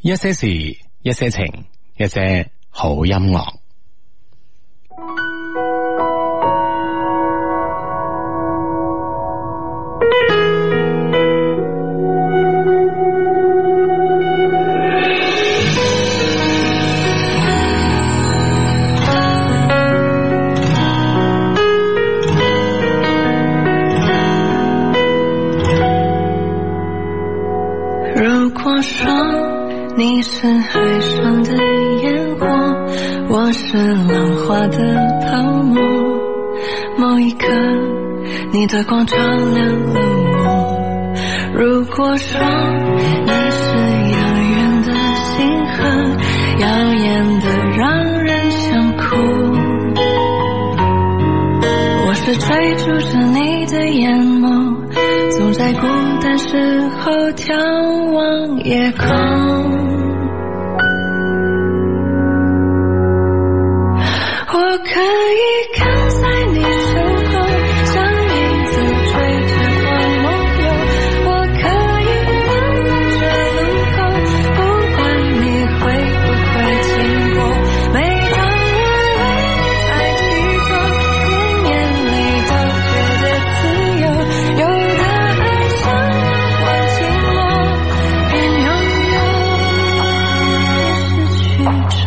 一些事，一些情，一些好音樂。如果说你是海上的烟火，我是浪花的泡沫，某一刻你的光照亮了我。如果说你是遥远的星河，耀眼的让人想哭。我是追逐着你的眼眸，总在孤单时候眺望夜空。我可以跟在你身后，像影子追着光梦游。我可以伴在这路口，不管你会不会经过。每当我为你抬起头，连眼里都觉得自由。有的爱像阳光倾落，边拥有，边失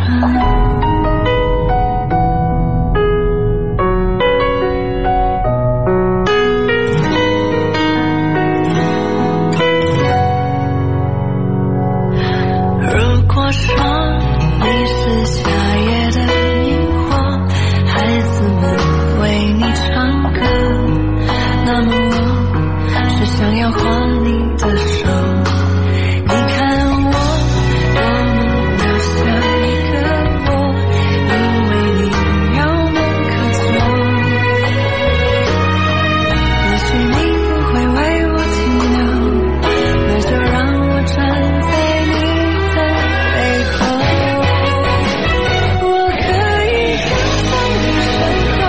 去着。如果说你是夏夜的萤火，孩子们为你唱歌，那么我是想要握你的手。你看我多么渺小一个我，因为你有梦可做。也许你不会为我停留。那就让我站在你的背后，我可以跟在你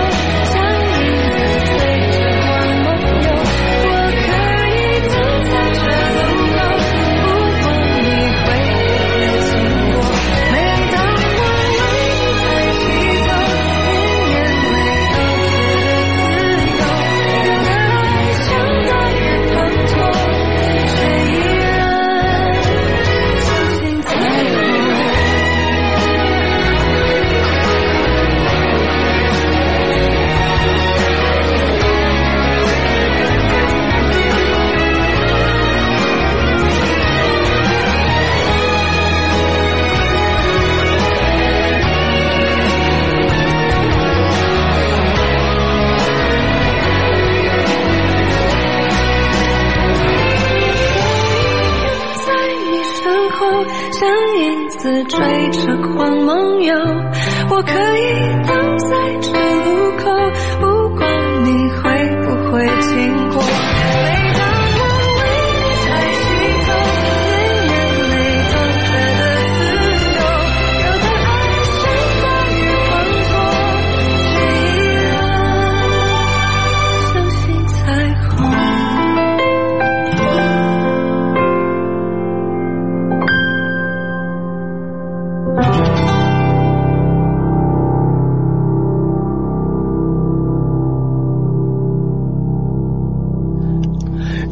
身后，像影子追着光梦游。我可以走在这路口，不管你会不会经过。每当我为你抬起头，连眼泪都觉得自由。有的爱像大雨滂沱。却依然相信彩虹。在你身后，像影子追着光梦游。我可以等在这路口，不管你会不会经过。每当我为你抬起头，连眼泪都觉得自由。有的爱像大雨滂沱，却依然相信彩虹。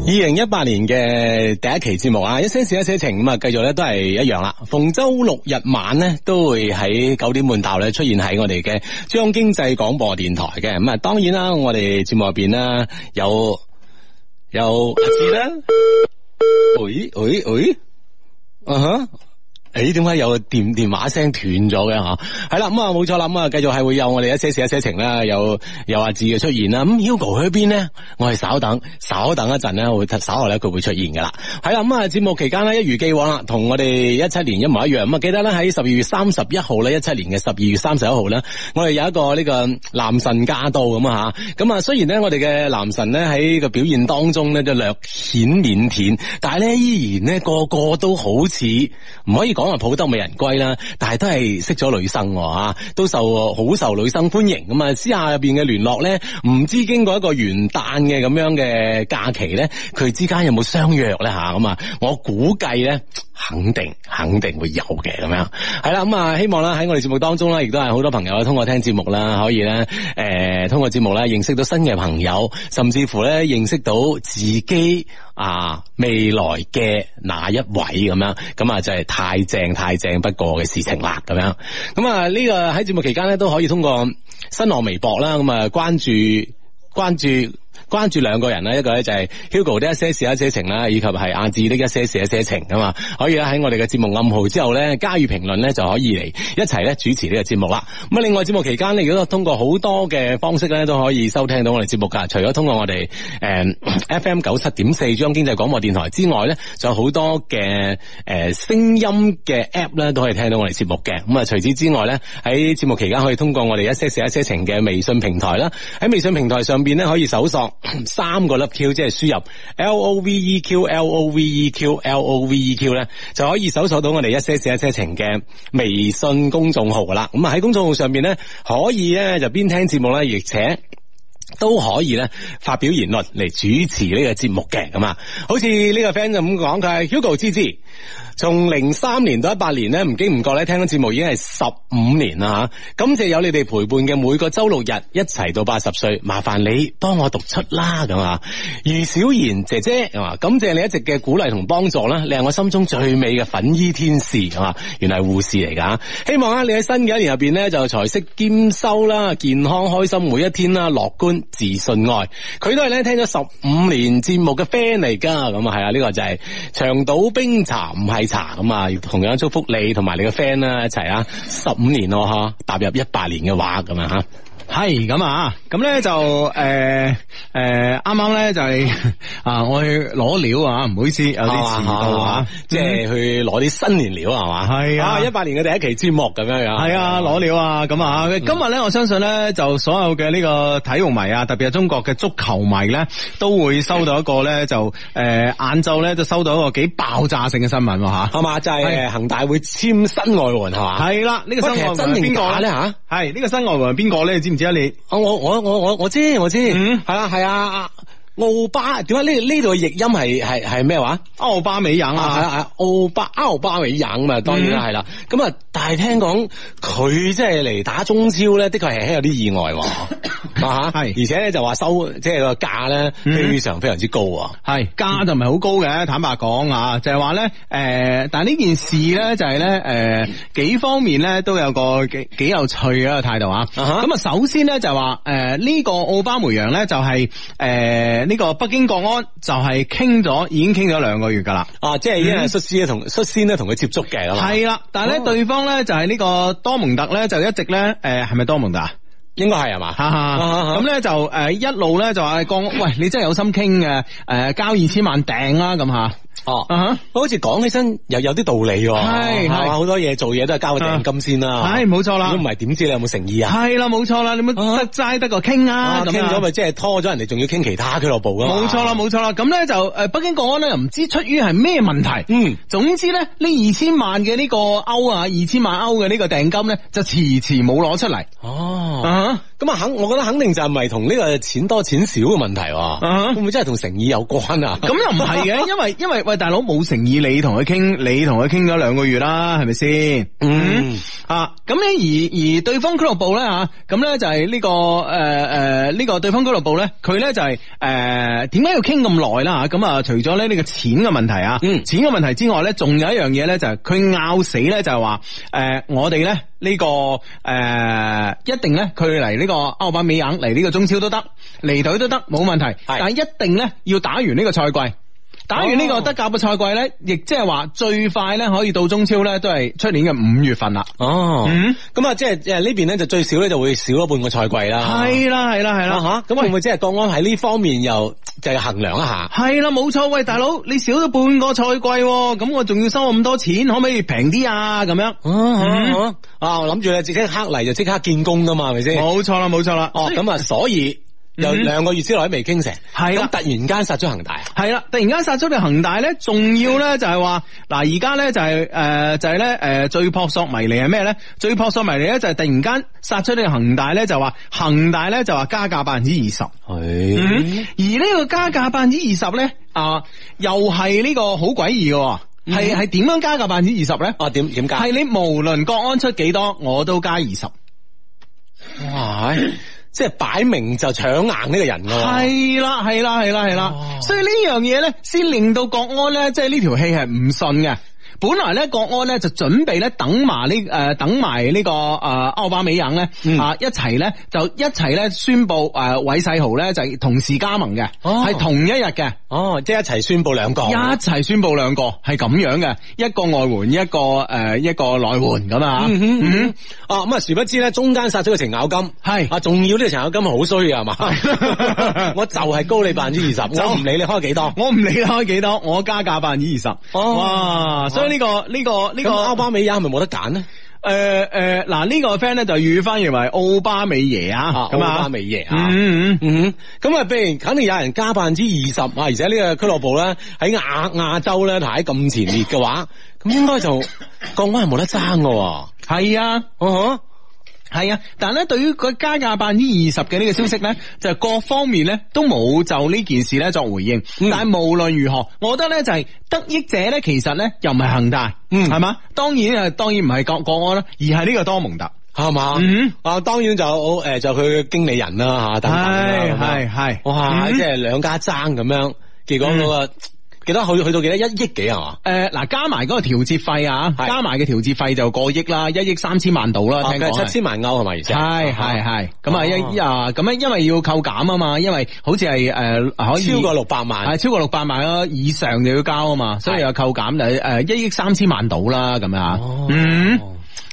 二零一八年嘅第一期節目啊，一些事一些情咁啊，繼續咧都係一樣啦。逢周六日晚咧都會喺九點半頭咧出現喺我哋嘅珠江經濟廣播電台嘅。咁啊，當然啦，我哋節目入邊啦有有阿志啦，喂喂喂，啊哈。誒，點解有電電話聲斷咗嘅吓？係啦，咁啊冇錯啦，咁啊繼續係會有我哋一些事一些情啦，有有阿志嘅出現啦。咁 Hugo 去邊呢？我係稍等，稍等一陣咧，會稍後咧佢會出現噶啦。係啦，咁啊節目期間咧一如既往啦，同我哋一七年一模一樣。咁啊記得咧喺十二月三十一號咧，一七年嘅十二月三十一號咧，我哋有一個呢個男神駕到咁啊吓。咁啊雖然咧我哋嘅男神咧喺個表現當中咧就略顯腼腆，但係咧依然咧個個都好似唔可以講話抱得美人歸啦，但係都係識咗女生喎啊，都受好受女生歡迎咁啊。私下入邊嘅聯絡咧，唔知經過一個元旦嘅咁樣嘅假期咧，佢之間有冇相約咧吓咁啊？我估計咧。肯定肯定會有嘅咁樣。係啦，咁啊，希望啦喺我哋節目當中咧，亦都係好多朋友咧通過聽節目啦，可以咧誒、通過節目咧認識到新嘅朋友，甚至乎咧認識到自己。啊，未來嘅哪一位咁樣，咁啊就係太正太正不過嘅事情啦，咁樣。咁啊呢個喺節目期間咧都可以通過新浪微博啦，咁啊關注關注。關注兩個人啦，一個咧就係 Hugo 的一些事一些情啦，以及係阿志的一些事一些情啊嘛，可以咧喺我哋嘅節目暗號之後咧加以評論咧就可以嚟一齊咧主持呢個節目啦。咁啊，另外節目期間咧亦都通過好多嘅方式咧都可以收聽到我哋節目噶，除咗通過我哋誒、FM 九七點四珠江經濟廣播電台之外咧，仲有好多嘅誒、呃、聲音嘅 app 咧都可以聽到我哋節目嘅。咁啊，除此之外咧喺節目期間可以通過我哋一些事一些情嘅微信平台啦，喺微信平台上邊咧可以搜索。 三個粒 Q，即係輸入 L O V E Q L O V E Q L O V E Q 咧，就可以搜索到我哋一些事一些情嘅微信公眾號噶啦。咁啊喺公眾號上面咧，可以咧就邊聽節目啦，而且。都可以咧發表言論嚟主持呢個節目嘅咁啊，好似呢個 friend 咁講，佢係 Hugo 芝芝，從零三年到一八年咧，唔經唔覺咧聽緊節目已經係十五年啦吓，感謝有你哋陪伴嘅每個周六日一齊到八十歲，麻煩你幫我讀出啦咁啊，余小賢姐姐係嘛，感謝你一直嘅鼓勵同幫助啦，你係我心中最美嘅粉衣天使係嘛，原來係護士嚟噶，希望啊你喺新嘅一年入邊咧就財色兼收啦，健康開心每一天啦，樂觀。自信愛，佢都係咧聽咗十五年節目嘅 friend 嚟噶，咁啊係啊，呢、個就係長島冰茶唔係茶咁啊，同樣祝福你同埋你嘅 friend 啦一齊啊，十五年咯吓，踏入一八年嘅話咁啊吓。係咁啊，咁咧就誒誒，啱啱咧就係、啊，我去攞料啊，唔好意思，有啲遲到啊，即係去攞啲新年料係嘛？係啊一八年嘅第一期節目咁樣樣。係啊，攞料啊，咁啊，嗯今日咧，我相信咧，就所有嘅呢個體育迷啊，特別係中國嘅足球迷咧，都會收到一個咧，就呃誒晏晝咧，就收到一個幾爆炸性嘅新聞喎吓。係嘛，就係係誒恒大會簽新外援係嘛？係啦，呢喂，個新其實外援真係定邊個假咧咧？吓？係呢個新外援係邊個咧？你知唔知啊？你啊，我我我我我知我知，嗯係啦係啊，奧巴點解呢呢度嘅譯音係係係咩話？奧巴美揚啊係啊，嗯啊，奧巴奧巴美揚嘛，當然啦係啦。咁啊，但係聽講佢即係嚟打中超咧，的確係有啲意外 喎。啊吓，係而且咧就話收即係個價咧嗯非常非常之高啊。係價就唔係好高嘅，坦白講啊，就係話咧，誒、但係呢件事咧就係咧，誒、幾方面咧都有個幾幾有趣嘅一個態度啊。啊哈咁啊，首先咧就話，誒、呢、個奧巴梅揚咧就係誒呢個北京國安就係傾咗，已經傾咗兩個月噶啦。啊，即係因為嗯率先咧同率先咧同佢接觸嘅咁啊，係啦，但係咧哦對方咧就係呢個多蒙特咧就一直咧，誒係咪多蒙特啊？應該係係嘛？哈哈，啊咁咧就誒、一路咧就話講，喂你真係有心傾嘅，誒、交二千萬訂啦咁吓，哦。啊哈。好似講起身又有啲道理喎，係係係嘛好多嘢做嘢都係交個定金先啦，係冇錯啦啊如果唔係點知你有冇誠意啊？係啦，冇錯啦，你咪得齋得個傾啊，啊，咁傾咗樣咪即係拖咗人哋，仲要傾其他俱樂部噶嘛？冇錯啦，冇錯啦，咁咧就诶，呃北京國安咧又唔知出於係咩問題，嗯，總之咧呢二千萬嘅呢個歐啊，二千萬歐嘅呢個訂金咧就遲遲冇攞出嚟，哦，啊咁啊肯，我覺得肯定就唔係同呢個錢多錢少嘅問題啊哈喎，會唔會真係同誠意有關啊？ 咁又唔係 嘅，因為因為喂大佬冇誠意，你同佢傾，你同佢傾咗兩個月啦，係咪先？嗯啊，咁咧而而對方俱樂部咧吓，咁咧就係呢、個誒誒呢個對方俱樂部咧，佢咧就係誒點解要傾咁耐啦吓？咁啊，除咗咧呢個錢嘅問題啊，嗯錢嘅問題之外咧，仲有一樣嘢咧就係佢拗死咧就係話誒我哋咧呢個誒、一定咧佢嚟呢個歐巴美硬嚟呢個中超都得，離隊都得冇問題，但係一定咧要打完呢個賽季。打完呢個德甲嘅賽季咧，亦即係話最快咧可以到中超咧，都係出年嘅五月份啦。哦嗯，咁啊，即係誒呢邊咧就最少咧就會少咗半個賽季啦。係啦，係啦，係啊啦，吓，咁會唔會即係國安喺呢方面又就要衡量一下？係啦，冇錯。喂，大佬，你少咗半個賽季喎，咁我仲要收咁多錢，可唔可以平啲啊？咁樣，啊啊！我諗住咧，即刻嚟就即刻見功噶嘛，係咪先？冇錯啦，冇錯啦。哦，所以咁啊，所以有嗯兩個月之內都未傾成，係咁啦突然間殺咗恒大，係啦，突然間殺出嚟恒大咧，仲要咧就係話，嗱而家咧就係、誒、就係咧誒最撲朔迷離係咩咧？最撲朔迷離咧就係突然間殺出嚟恒大咧就話恒大咧就話加價百分之二十。嗯係，啊而呢個加價百分之二十咧，啊，又係呢個好詭異嘅喎。嗯係係點樣加嘅百分之二十咧？啊點點解？係你無論國安出幾多，我都加二十。哦 哇！即係擺明就搶硬呢個人咯。係啦，係啦，係啦，係哦啦。所以呢樣嘢咧，先令到國安咧，即係呢條氣係唔順嘅。本來咧，國安咧就準備咧等埋呢誒等埋呢個誒歐巴美人咧嗯啊一齊咧就一齊咧宣布誒韋世豪咧就係同時加盟嘅，哦係同一日嘅。哦，即係一齊宣布兩個。啊一齊宣布兩個係咁樣嘅，一個外援，一個誒、呃一個內援咁啊，嗯哼嗯哼，啊咁啊，殊不知咧，中間殺咗個程咬金，係啊，仲要呢個程咬金好衰啊係嘛， 我就係高你百分之二 十，就我唔理你開幾多。我唔理開幾多，我加價百分之二十。哦哇！所以呢、個呢、個呢、呢個個歐巴美也係咪冇得揀呢？誒誒嗱呢個 friend 咧就粵語翻譯為奧巴美耶啊，咁啊歐巴美耶啊。嗯嗯嗯嗯哼，咁啊，譬如肯定有人加百分之二十啊，而且呢個俱樂部咧喺亞亞洲咧排喺咁前列嘅話，咁應該就降安係冇得爭嘅。係啊。哦，係啊，但係咧，對於佢加價百分之二十嘅呢個消息咧，就各方面咧都冇就呢件事咧作回應。嗯但係無論如何，我覺得咧就係得益者咧，其實咧又唔係恒大，嗯係嘛？當然啊，當然唔係國國安啦，而係呢個多蒙特。係嘛？嗯啊，當然就誒、呃就佢經理人啦嚇，等等啦咁樣係係哇！嗯即係兩家爭咁樣，結果嗰、個幾多去去到幾多一億幾啊係嘛？誒，呃嗱，加埋嗰個調節費啊，係加埋嘅調節費就過億啦，一億三千萬度啦，啊聽講佢係哦係七千哦萬歐係咪？而且係係係，咁啊一啊咁啊，因為要扣減啊嘛，因為好似係呃誒可以啊超過六百萬係超過六百萬啦以上就要交啊嘛，所以係又扣減就誒一億三千萬到啦咁啊，哦嗯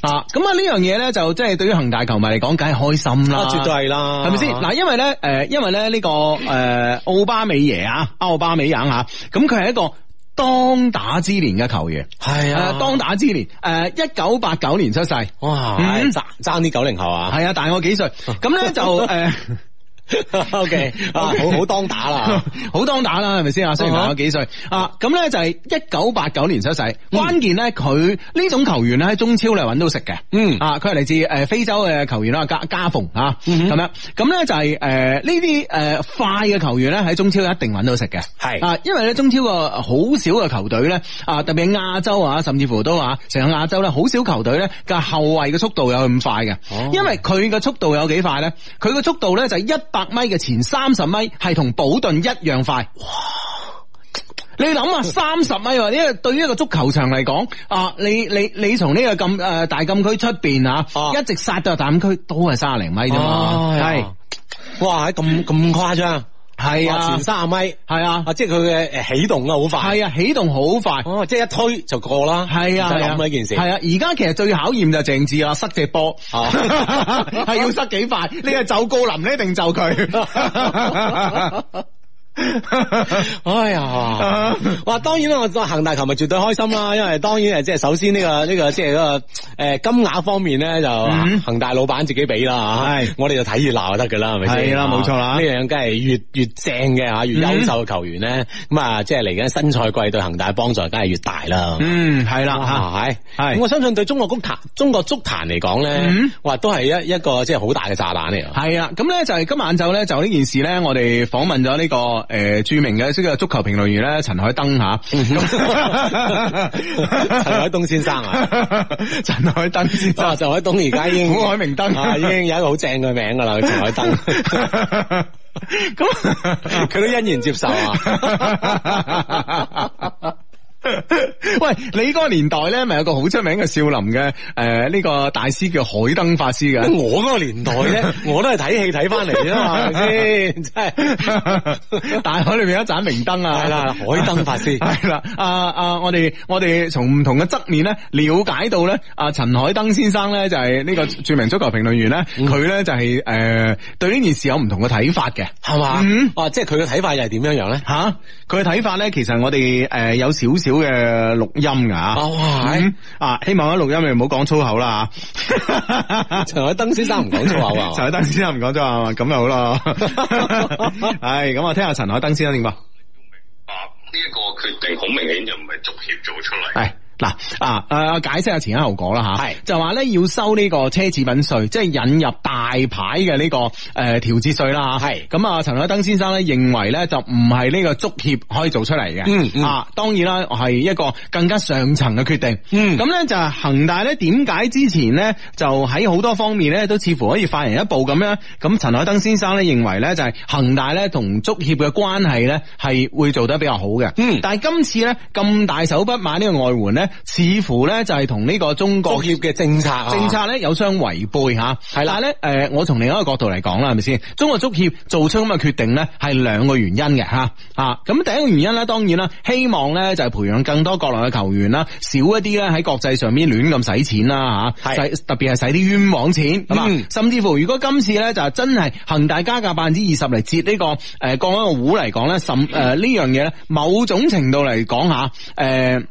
啊，咁啊呢樣嘢咧就即係對於恒大球迷嚟講，梗係開心啦，啊，絕對係啦，係咪先？嗱，因為咧，誒，因為咧呢個誒奧巴美耶啊，奧巴美揚啊，咁佢係一個當打之年嘅球員，係啊，誒，當打之年，誒，一九八九年出世，係哇，嗯爭爭啲九零後啊啊，大我幾歲，咁咧就呃誒。 ，OK 啊，好好當打 啦，好當打啦，係咪先啊？雖然大我幾歲啊，咁咧就係一九八九年出世。嗯關鍵咧，佢呢種球員咧喺中超咧揾到食嘅。嗯啊，佢係嚟自誒非洲嘅球員啦，加加蓬啊，嗯咁哼樣。咁咧就係誒呢啲誒呃快嘅球員咧喺中超一定揾到食嘅。係啊，因為咧中超個好少嘅球隊咧啊，特別係亞洲啊，甚至乎都啊，成個亞洲咧好少球隊咧嘅後衛嘅速度有咁快嘅。哦因為佢嘅速度有幾快咧？佢嘅速度咧就係一百米嘅前三十米係同保頓一樣快。哇！ 你諗下三十米喎，因為對於一個足球場嚟講，啊，你你你從呢個禁誒、呃大禁區出邊啊，啊一直殺到入大禁區都係三十零米啫嘛，係哦哇，咁咁誇張，係哇啊前三十米係啊啊，即係佢嘅誒起動啊，好快，係啊，起動好快。 哦，即係一推就過啦，係啊，唔使係啊諗呢件事係，啊，而家其實最考驗就係鄭智啊，塞隻波，哦 係要塞幾快？你係就高林，你一定就 佢。 哎呀， 哇！當然啦，我恒大球迷絕對開心啦，因為當然係呃即係首先呢、個呢、個即係嗰個誒金額方面咧，就嗯恒大老闆自己俾啦吓，係我哋就睇熱鬧就得噶啦，係咪先？啊係啦冇錯啦嗯呢樣梗係越越正嘅吓，越優秀嘅球員咧，咁啊、即係嚟緊新賽季對恒大幫助梗係越大啦。嗯，係啦吓，啊，係係咁我相信對中國足壇、中國足壇嚟講咧嗯，哇，都係一一個即係好大嘅炸彈嚟㗎。係啦，啊咁咧就係今晚晝咧就呢件事咧，我哋訪問咗呢個誒著名嘅呢個足球評論員咧陳海登吓，嗯 陳海 東先生啊，陳海登先生 啊，，陳海東而家已經古海明燈啊，已經有一個好正嘅名噶啦，陳 海登，咁。佢都欣然接受啊。 喂，你嗰個年代咧，咪有個好出名嘅少林嘅誒呢個大師叫海登法師 嘅。我嗰個年代咧， 我都係睇戲睇翻嚟啫嘛，係咪先？真係大海裏面有一盞明燈啊！係啦海燈法師係啦，啊啊！我哋我哋從唔同嘅側面咧，了解到咧，啊陳海登先生咧就係呢個著名足球評論員咧，嗯佢咧就係誒對呢件事有唔同嘅睇法嘅。係嘛嗯？啊，即係佢嘅睇法又係點樣樣咧？吓，佢嘅睇法咧，其實我哋誒有少少嘅錄音噶啊哇嗯啊，希望喺錄音你唔好講粗口啦啊吓。陳海登先生唔講粗口啊 陳海登先生唔講粗口啊，咁就好啦。係咁，我啊聽下陳海登先生點講。啊啊！呢、一個決定好明顯就唔係足協做出嚟，係嗱啊誒，解釋下前因後果啦吓，係就話咧要收呢個奢侈品税，即係引入大牌嘅呢個誒調節税啦。係咁啊，陳海登先生咧認為咧就唔係呢個足協可以做出嚟嘅。嗯嗯啊，當然啦，係一個更加上層嘅決定。嗯咁咧就係恒大咧點解之前咧就喺好多方面咧都似乎可以快人一步咁樣？咁陳海登先生咧認為咧就係恒大咧同足協嘅關係咧係會做得比較好嘅。嗯但係今次咧咁大手筆買呢個外援咧，似乎咧就係同呢個中國國協嘅政策啊政策咧有相違背吓，係啦咧，誒，我從另一個角度嚟講啦，係咪先？中國足協做出咁嘅決定咧，係兩個原因嘅吓，啊，咁第一個原因咧，當然啦，希望咧就係培養更多國內嘅球員啦，少一啲咧喺國際上面亂咁使錢啦吓，係使特別係使啲冤枉錢咁啊，嗯甚至乎如果今次咧就係真係恒大加價百分之二十嚟截呢、個誒、呃、降一個糊嚟講咧，甚誒呢樣嘢咧，某種程度嚟講吓，誒、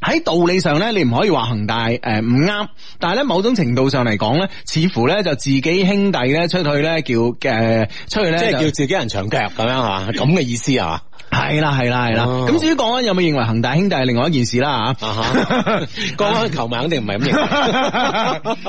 喺道理上咧，你唔可以話恒大誒唔啱，但係咧某種程度上嚟講咧，似乎咧就自己兄弟咧出去咧叫嘅、呃出去咧即係就叫自己人長腳咁樣係嘛，咁嘅意思啊？係啦係啦係啦。哦咁、至於講安有冇認為恒大兄弟係另外一件事啦吓。啊 哈， 國安球迷肯定唔係咁認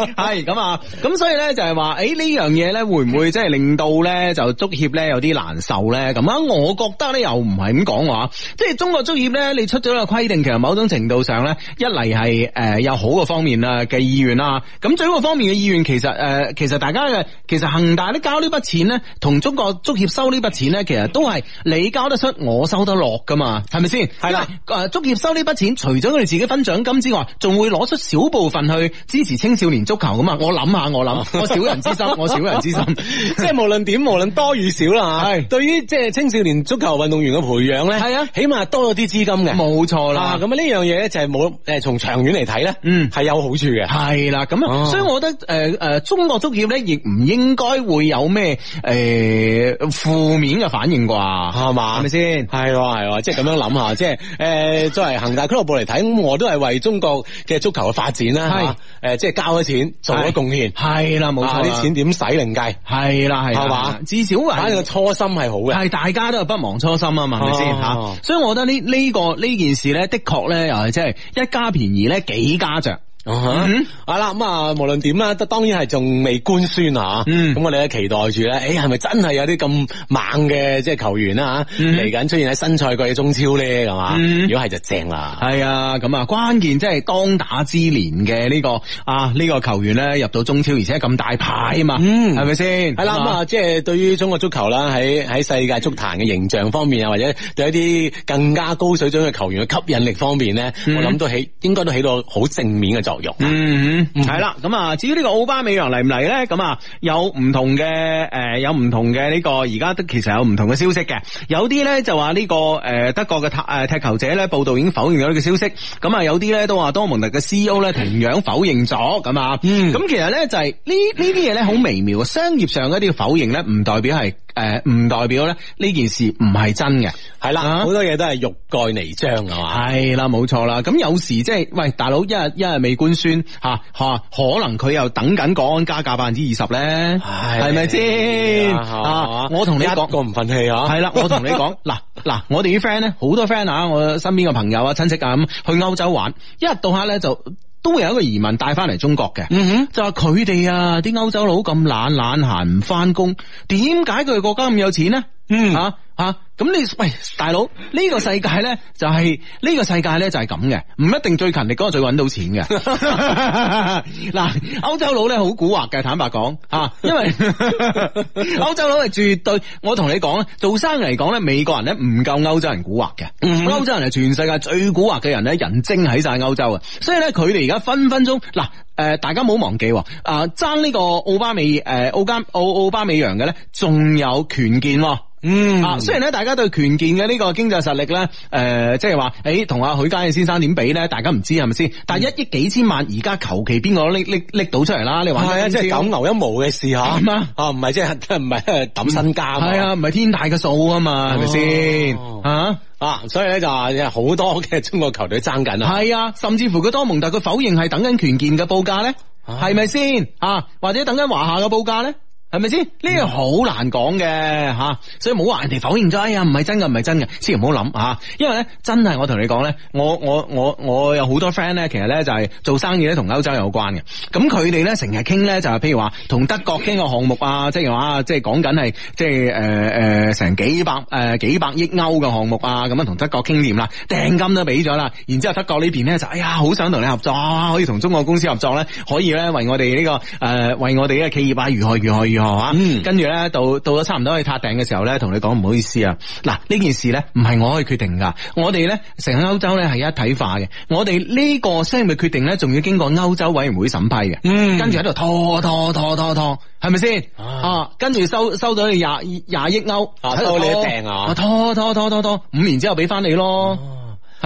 為。係咁啊，咁所以咧就係話，誒呢樣嘢咧會唔會即係令到咧就足協咧有啲難受咧？咁啊，我覺得咧又唔係咁講話，即係中國足協咧，你出咗個規定，其實某種程度上咧，一嚟係誒有好嘅方面啦嘅意願啦，咁最好嘅方面嘅意願其實誒、呃其實大家嘅其實恒大咧交呢筆錢咧，同中國足協收呢筆錢咧，其實都係你交得出，我收得落噶嘛，係咪先？係啦因為誒，呃足協收呢筆錢，除咗佢哋自己分獎金之外，仲會攞出少部分去支持青少年足球 噶嘛？我諗下，我哦諗，我小人之心，我小人之心。即係無論點，無論多與少啦吓，係對於即係青少年足球運動員嘅培養咧，係啊起碼多咗啲資金嘅。冇錯啊，啦咁，啊呢樣嘢咧就係冇誒，從長遠嚟睇咧，嗯係有好處嘅。係啦，咁哦啊，所以我覺得誒誒、呃中國足協咧亦唔應該會有咩誒負面嘅反應啩，係嘛係咪先？係喎係喎，即係咁樣諗 下，即係誒、呃作為恒大俱樂部嚟睇，咁我都係為中國嘅足球嘅發展啦，係嚇誒即係交咗錢，做咗貢獻，係啦，冇啊錯啦啲錢點使另計，係啦係啦係嘛係啦至少反正個初心係好嘅。係大家都係不忘初心啊嘛，係咪先哦吓？所以我覺得呢呢、個呢件事咧，的確咧又係即係一家便宜咧幾家着。啊哈嗯好啦，咁啊，無論點啦，當然係仲未官宣啊，嗯咁我哋咧期待住咧，誒係咪真係有啲咁猛嘅即係球員啦嚇嗯嚟緊出現喺新賽季嘅中超咧，係嘛？嗯如果係就正啦，係啊，咁啊，關鍵即係當打之年嘅呢、個啊呢、個球員咧入到中超，而且咁大牌啊嘛，嗯係咪先？係啦，咁啊，即係對於中國足球啦，喺喺世界足壇嘅形象方面啊，或者對一啲更加高水準嘅球員嘅吸引力方面咧，嗯我諗都起應該都起到好正面嘅作用。啊嗯哼，系啦，咁啊，至於呢個奧巴美揚嚟唔嚟咧，咁啊有唔同嘅诶、呃有唔同嘅呢、個而家都其實有唔同嘅消息嘅，有啲咧就話呢、個诶、呃德國嘅诶踢球者咧報道已經否認咗呢個消息，咁啊有啲咧都話多蒙特嘅 C.O. 咧同樣否認咗，咁啊，嗯咁其實咧就係呢呢啲嘢咧好微妙嘅，商業上一啲嘅否認咧唔代表係诶唔代表咧呢件事唔係真嘅。係啦，啊好多嘢都係欲蓋彌彰係嘛？系啦，冇錯啦。咁有時即係，喂，大佬一日一日未官宣吓吓、嚇可能佢又等緊國安加價百分之二十咧，唉哎係咪先？啊，我同你一講。個唔忿氣啊！係啦，我同你 講，嗱嗱，我哋啲 friend 咧，好多 friend 啊，我身邊嘅朋友啊、親戚啊咁，去歐洲玩，一日到黑咧就都會有一個移民帶翻嚟中國嘅，嗯就話佢哋啊，啲歐洲佬咁懶懶閒唔翻工，點解佢哋國家咁有錢呢？嗯吓吓，啊咁、你喂大佬，呢、個世界咧就係、呢、個世界咧就係咁嘅，唔一定最勤力嗰個最揾到錢 嘅。嗱，歐洲佬咧好蠱惑嘅，坦白講吓、啊因 為歐洲佬係絕對，我同你講咧，做生意嚟講咧，美國人咧唔夠歐洲人蠱惑嘅，嗯歐洲人係全世界最蠱惑嘅人咧，人精喺晒歐洲啊，所以咧佢哋而家分分鐘嗱。誒、大家唔好忘記喎，啊爭呢個奧巴美誒奧加奧奧巴美揚嘅咧，仲有權健喎。嗯啊，雖然咧大家對權健嘅呢個經濟實力咧，誒、即係話，誒同阿許家印先生點比咧，大家唔知係咪先？但嗯係一億幾千萬而家求其邊個拎拎拎到出嚟啦？你話係啊，即係九牛一毛嘅事吓，啱啊啊唔係即係唔係 抌身家嘛係啊，唔係天大嘅數啊嘛，係咪先？哦啊？啊，所以咧就係好多嘅中國球隊爭緊啊，係啊，甚至乎佢多蒙特佢否認係等緊權健嘅報價咧，啊係咪先啊？或者等緊華夏嘅報價咧？系咪先？呢個好難講嘅吓，所以冇話人哋否認咗，哎呀唔係真嘅，唔係真嘅，千祈唔好諗吓。因為咧，真係我同你講咧，我我我我有好多 friend 咧，其實咧就係做生意咧同歐洲有關嘅。咁佢哋咧成日傾咧就係譬如話同德國傾個項目啊，即係話即係講緊係即係誒誒成幾百誒、呃、幾百億歐嘅項目啊，咁樣同德國傾掂啦，訂金都俾咗啦，然之後德國呢邊咧就哎呀好想同你合作啊，可以同中國公司合作咧，可以咧為我哋呢、個誒、呃、為我哋嘅企業啊如何如何如何啊，嗯跟住咧到到咗差唔多去撻訂嘅時候咧，同你講唔好意思啊，嗱呢件事咧唔係我可以決定㗎，我哋咧成個歐洲咧係一體化嘅，我哋呢個商業決定咧仲要經過歐洲委員會審批嘅。嗯跟住喺度拖拖拖拖拖，系咪先？啊啊，跟住收收咗你廿廿亿歐，啊喺度收你一拖訂啊拖拖拖拖拖，五年之後俾翻你咯。係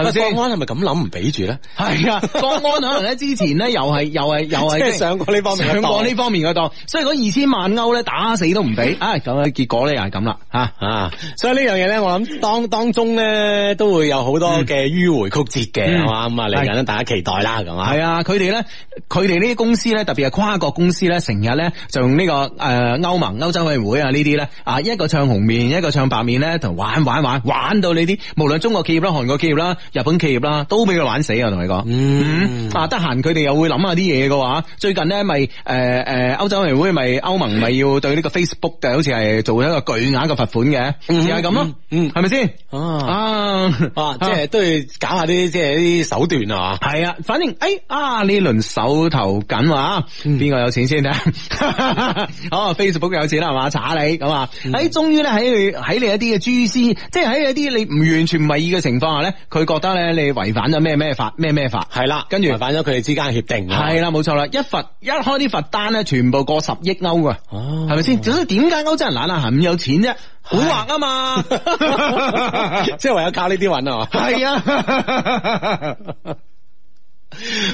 係咪咪先先？國安係咪咁諗唔俾住咧？係啊，國安可能咧之前咧又 係又係又係即係上過呢方面嘅上過當呢方面嘅當，所以嗰二千萬歐咧打死都唔俾。唉，咁啊，結果咧又係咁啦吓。啊，所以呢樣嘢咧，我諗當當中咧都會有好多嘅迂回曲折嘅，嗯係嘛咁啊嚟緊咧，大家期待啦，咁啊系。啊，佢哋咧，佢哋呢啲公司咧，特別係跨國公司咧，成日咧就用呢、個个诶欧、歐盟、歐洲委員會啊呢啲咧，啊一個唱紅面，一個唱白面咧，同玩玩玩玩到你啲，無論中國企業啦、韓國企業啦、日本企業啦，都俾佢玩死啊！同你講，嗯啊得閒佢哋又會諗下啲嘢嘅話，最近咧咪诶诶欧洲委員會咪歐盟咪要對呢個 Facebook 嘅，好似係做一個巨額嘅罰款嘅，嗯就係咁咯，嗯嗯係咪先？啊啊啊，即係都要搞下啲即係啲手段啊。系啊，反正诶、哎啊呢輪手頭緊話，嗯邊個有錢先睇下？ 哦，Facebook 有錢啦係嘛，查你咁啊！嗯喺終於咧喺你喺你一啲嘅蛛絲，即係喺一啲你唔完全唔為意嘅情況下咧，佢覺得咧你違反咗咩咩法咩咩法。係啦，跟住違反咗佢哋之間嘅協定啊。係啦，冇錯啦，一罰一開啲罰單咧，全部過十億歐噶，哦係咪先？咁所以點解歐洲人懶啊咁有錢啫？蠱惑 啊嘛， 即係唯有靠呢啲揾啊。係啊。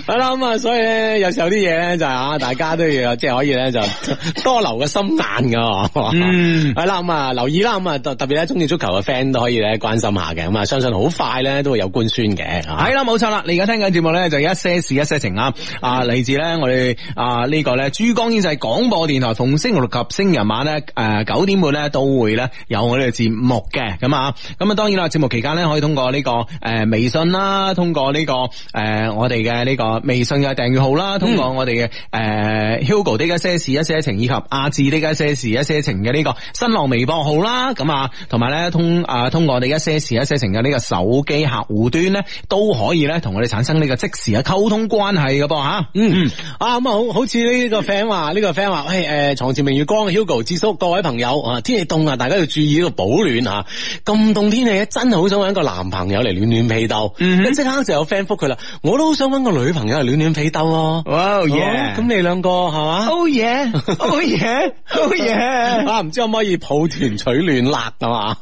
係啦，咁啊，所以咧，有時候啲嘢咧就係啊，大家都要即係可以咧就 多留個心眼噶，嗯係啦，咁啊留意啦，咁啊特特別咧中意足球嘅 friend 都可以咧關心下嘅，咁啊相信好快咧都會有官宣嘅，啊系啦，冇錯啦！你而家聽緊節目咧，就一些事一些情啊！啊，嚟自咧我哋啊呢個咧珠江經濟廣播電台，逢星期六及星期日晚咧诶九點半咧都會咧有我哋嘅節目嘅咁啊！咁啊，當然啦，節目期間咧可以通過呢、個个呃微信啦，通過呢、個个呃我哋嘅呢個微信嘅訂閱號嗯啦，通過我哋嘅诶 Hugo 的一些事一些情以及阿志的一些事一些情嘅呢個新浪微博號啦，咁啊，同埋咧通啊通過我哋一些事一些情嘅呢個手機客户端咧，都可以咧同我哋產生呢個即時嘅溝通關係嘅噃吓。嗯，啊咁啊，好好似呢個 friend 話，呢、個 friend 話，喂，誒、哎呃床前明月光，Hugo 智叔，各位朋友啊，天氣凍啊，大家要注意呢個保暖啊。咁凍天氣咧，真係好想揾個男朋友嚟暖暖被竇。嗯哼咁即、刻就有 friend 覆佢啦，我都好想揾個女朋友嚟暖暖被竇咯。哇哦咁、 你兩個係嘛？ Oh yeah，Oh yeah，Oh yeah！啊，唔知可唔可以抱團取暖辣係嘛？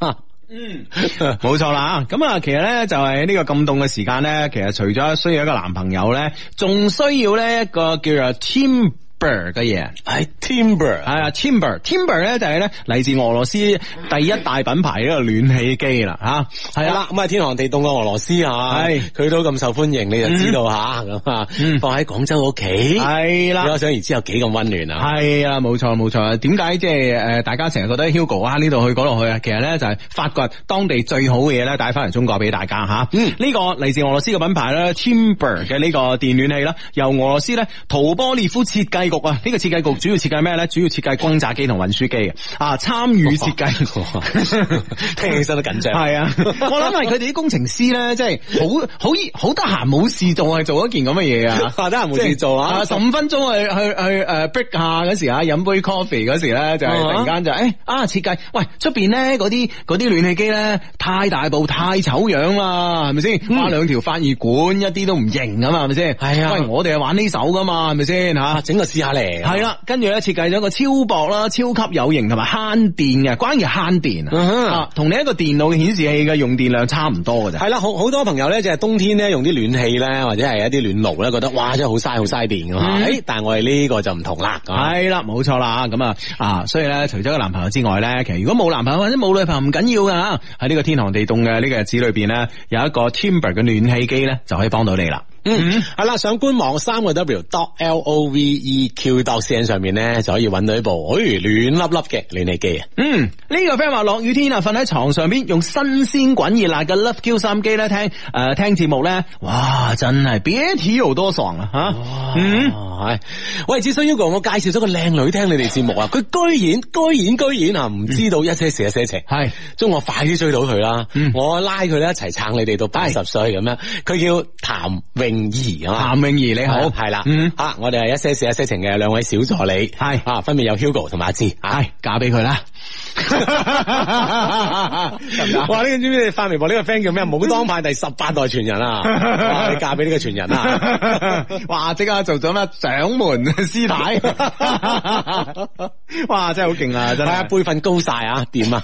冇錯啦，咁啊，其實咧就係呢個咁凍嘅時間咧，其實除咗需要一個男朋友咧，仲需要咧一個叫做 timber 嘅嘢。係 Timber 系啊，Timber，Timber 咧就係咧嚟自俄羅斯第一大品牌呢個暖氣機啦，吓系系啦。啦，咁啊天寒地凍嘅俄羅斯啊，係佢都咁受歡迎，你就知道吓咁啊嗯，放喺廣州屋企，係啦你可想而知有幾咁温暖啊！係啊，冇錯冇錯。點解即係诶，大家成日覺得 Hugo 啊呢度去嗰度去啊？其實咧就係發掘當地最好嘅嘢咧，帶翻嚟中國俾大家吓。嗯呢個嚟自俄羅斯嘅品牌啦 Timber 嘅呢個電暖器啦，由俄羅斯咧圖波列夫設計局啊，呢個設計局主要設計咩咧？主要設計轟炸機同運輸機嘅啊，參與設計。 聽起身都緊張。系啊，我諗係佢哋啲工程師咧，即係好好好得閒冇事做，係做一件咁嘅嘢啊。啊，得閒冇事做啊！十五分鐘去去去诶 break 下嗰時啊，飲杯 coffee 嗰時咧，就係啊突哈然間就诶啊設計，喂出边咧嗰啲嗰啲暖氣機咧太大部太醜樣啦，係咪先？嗯花兩條發熱管一啲都唔型啊嘛，係咪先？係啊喂我哋係玩呢手噶嘛，係咪先吓？啊，整個試下嚟。系啦，跟住咧設計咗個超薄啦、超級有型同埋慳電嘅，關鍵係慳電嗯哼啊啊，同你一個電腦嘅顯示器嘅用電量差唔多嘅咋。係啦，好好多朋友咧就係冬天咧用啲暖氣咧，或者係一啲暖爐咧，覺得哇真係好嘥好嘥電噶嘛。嗯誒、但係我哋呢個就唔同啦。咁啊系啦，冇錯啦，咁啊啊，所以咧，除咗個男朋友之外咧，其實如果冇男朋友或者冇女朋友唔緊要啊噶，喺呢個天寒地凍嘅呢個日子裏边咧，有一個 Timber 嘅暖氣機咧，就可以幫到你啦。嗯，係啦，上官網三個 W dot L O V E Q dot C N 上面咧就可以揾到呢部，誒暖粒粒嘅暖氣機啊。嗯，呢、個 friend 話落雨天啊，瞓喺床上邊用新鮮滾熱辣嘅 Love Q 收音機咧聽誒、呃、聽節目咧，哇真係別提有多爽啊吓，嗯。嗯，系，喂，只想 Hugo，我介紹咗個靚女聽你哋節目啊，佢居然居然居然啊，唔知道一些事一些情，係祝我快啲追到佢啦嗯，我拉佢咧一齊撐你哋到八十歲咁樣，佢叫譚詠儀啊嘛。譚詠儀你好，係啦，嗯，啊，我哋係一些事一些情嘅兩位小助理，係啊，分別有 Hugo 同埋阿志，啊唉，嫁俾佢啦， 哇！呢個知唔知你發微博呢個 friend 叫咩？武當派第十八代傳人啊！哇！你嫁俾呢個傳人啊！ 哇！即刻做咗咩掌門師太， 哇！真係好勁啊！ 真係啊，係。輩份高晒啊，點 啊？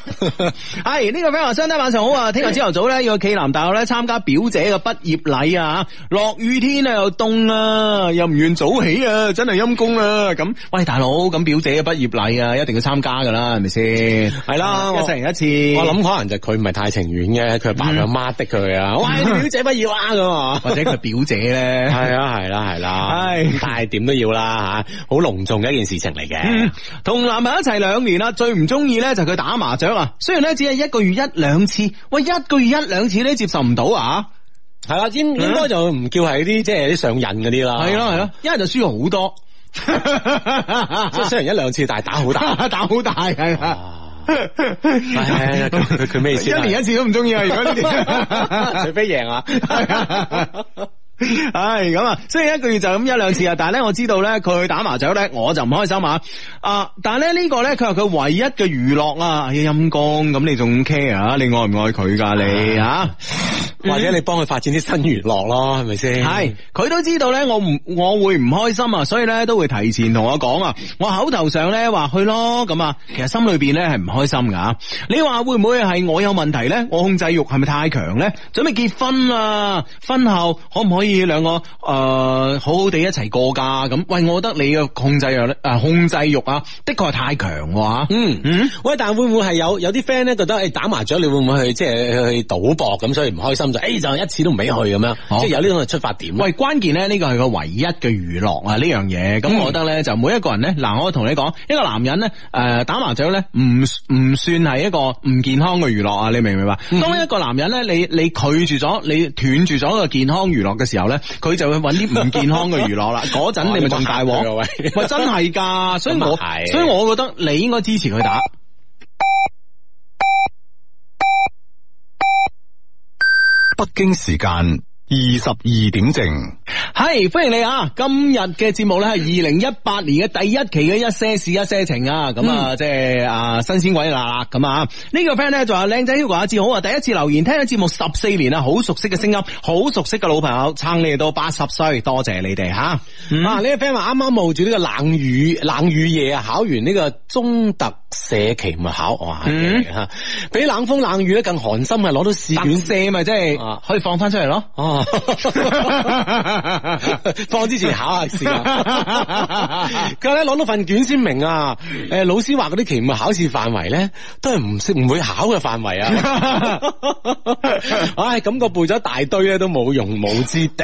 系哎呢、個个 friend 话，相低晚上好啊！聽日朝頭 早咧要去暨南大學咧參加表姐嘅畢業禮啊！落雨天啊又凍啊，又唔願早起啊，真係陰公啊！咁喂大佬，咁表姐嘅畢業禮啊，一定要參加噶啦，係咪先？啊係啦我一世人一次。我諗可能就佢唔係太情願嘅，佢係爸佢阿媽的佢嗯啊！喂，你表姐不要啊咁啊！ 或者佢表 姐咧，係啊，係啦，係啦，唉但係點都要啦吓，好隆重嘅一件事情嚟嘅嗯。同男朋友一齊兩年啦，最唔中意咧就係佢打麻雀啊。雖然咧只係一個月一兩次，喂一個月一兩次咧接受唔到啊。係啦，應應該就唔叫係啲即係啲上癮嗰啲啦。啊係咯係咯，一係就輸好 多，即係雖然一兩次，但係打好 大。打好大係啦。唉佢佢佢咩意思啊，一年一次都唔中意啊！如果呢 啲除非贏啊！唉，咁啊，雖然一個月就咁一兩次啊，但係咧我知道咧佢打麻雀咧，我就唔開心啊！啊，但係咧呢個咧佢係佢唯一嘅娛樂啊！哎呀陰公，咁你仲 care 啊？你愛唔愛佢㗎你啊？ 或者你幫佢發展啲新娛樂咯，係咪先？系，佢都知道咧，我唔我会唔開心啊，所以咧都會提前同我講啊。我口頭上咧話去咯，咁啊，其實心裏邊咧係唔開心噶。你話會唔會係我有問題咧？我控制欲係咪太強咧？準備結婚啦，婚後可唔可以兩個誒、呃好好地一齊過㗎？咁喂，我覺得你嘅控制欲咧，啊控制欲啊，的確係太強喎啊嗯嗯，喂，但會唔會係有有啲 friend 咧覺得誒打麻雀你會唔會去即係去賭博咁，所以唔開心就誒就一次都唔俾去咁樣，哦即係有呢種嘅出發點。喂，關鍵咧呢個係個唯一嘅娛樂啊！呢樣嘢，嗯咁我覺得咧就每一個人咧，嗱，我同你講，一個男人咧，誒、打麻雀咧，唔唔算係一個唔健康嘅娛樂啊！你明唔明白？嗯當一個男人咧，你你拒絕咗，你斷絕咗一個健康娛樂嘅時候咧，佢就會揾啲唔健康嘅娛 樂啦。嗰陣你咪仲哇大你鑊，冇嚇佢啊喂，真係㗎，所以我咁啊係所以我覺得你應該支持佢打。北京時間二十二點正。系，歡迎你啊！今日嘅節目咧係二零一八年嘅第一期嘅一些事一些情啊，咁啊、即係啊新鮮鬼啦咁啊！呢、個 friend 咧就話靚仔 Hugo 阿志好啊，第一次留言聽咗節目十四年啊，好熟悉嘅聲音，好熟悉嘅老朋友，撐你哋到八十歲，多謝你哋吓。啊！呢個 friend 話啱啱冒住呢個冷雨冷雨夜啊，考完呢個中特社期咪考，哦哇！嗯嚇比冷風冷雨咧更寒心啊，攞到試特卷赦咪即係啊可以放翻出嚟咯。 哦， 放之前考下試啊！ 佢話咧攞到份卷先明啊！嗯誒，老師話嗰啲期末考試範圍咧，都係唔識唔會考嘅範圍啊！ 唉，感覺背咗一大堆咧都冇用武之地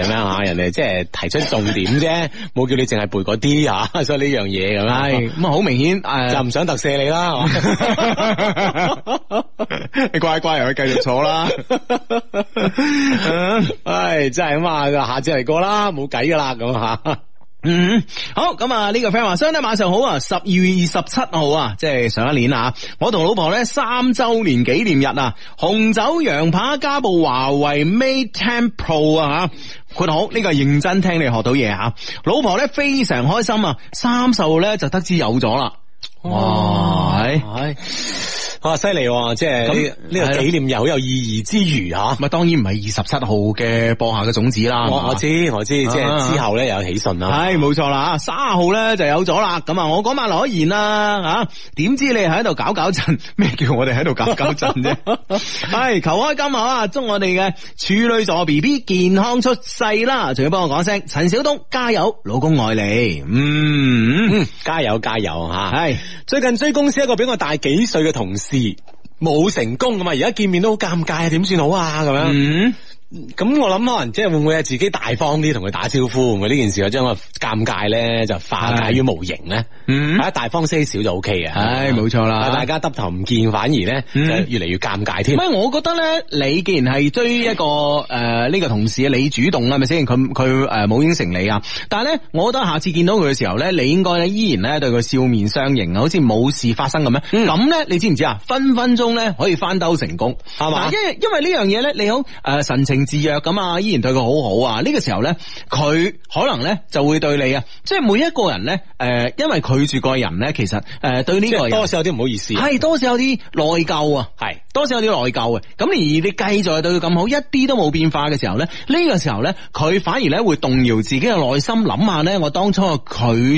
咁樣啊！人哋即係提出重點啫，冇叫你淨係背嗰啲啊！ 所以呢樣嘢咁樣係咁啊，好明顯誒就唔想特赦你啦，係嘛 你乖乖又去繼續坐啦。 唉，真係咁啊！下次嚟過啦，冇計噶啦咁吓。啊嗯，好咁啊！呢個 friend 話，相弟晚上好啊！十二月二十七號啊，即係上一年啊，我同老婆咧三周年紀念日啊，紅酒羊扒加部華為 Mate 10 Pro 啊吓，括好呢個認真聽你學到嘢吓，老婆咧非常開心啊，三十號咧就得知有咗啦，哇！係唉，哇，犀利喎！即係咁啊呢呢個紀念又好有意義之餘吓。咪當然唔係二十七號嘅播下嘅種子啦，係我嘛我知我知，啊即係之後咧有喜訊啊啦。系冇错啦，卅號咧就有咗啦。咁啊，我嗰晚留咗言啦，吓、點知你喺度搞搞震？咩叫我哋喺度搞搞震啫？係求開金口啊！祝我哋嘅處女座 B B 健康出世啦！仲要幫我講聲，陳小東加油，老公愛你。嗯，嗯，加油加油吓！係最近追公司一個比我大幾歲嘅同事。冇成功咁嘛，而家見面都好尷尬啊，點算好啊？咁樣，嗯，咁我諗可能即係會唔會係自己大方啲同佢打招呼，會唔會呢件事啊將個尷尬咧就化解於無形咧？嗯啊大方些少就 O K 嘅。唉冇錯啦啊大家耷頭唔見，反而咧就嗯越嚟越尷尬添唔。係，我覺得咧，你既然係追一個诶呢、個同事，你主動啊啦，係咪先？佢佢诶冇應承你啊，但係咧，我覺得下次見到佢嘅時候咧，你應該咧依然咧對佢笑面相迎啊，好似冇事發生咁樣。嗯咁咧、你知唔知啊？分分鐘咧可以翻兜成功，係嘛嗱因為因為呢樣嘢咧，你好诶、呃神情自若咁啊，依然對佢好好啊。呢、個時候咧，佢可能咧就會對你啊，即係每一個人咧诶、呃因為拒絕個人咧，其實诶、呃、对呢即個係人多。少有啲唔好意思。啊係多少有啲內疚啊，係多少有啲內疚嘅。咁而你繼續對佢咁好，一啲都冇變化嘅時候咧，呢、個時候咧，佢反而咧會動搖自己嘅內心，諗下咧，我當初嘅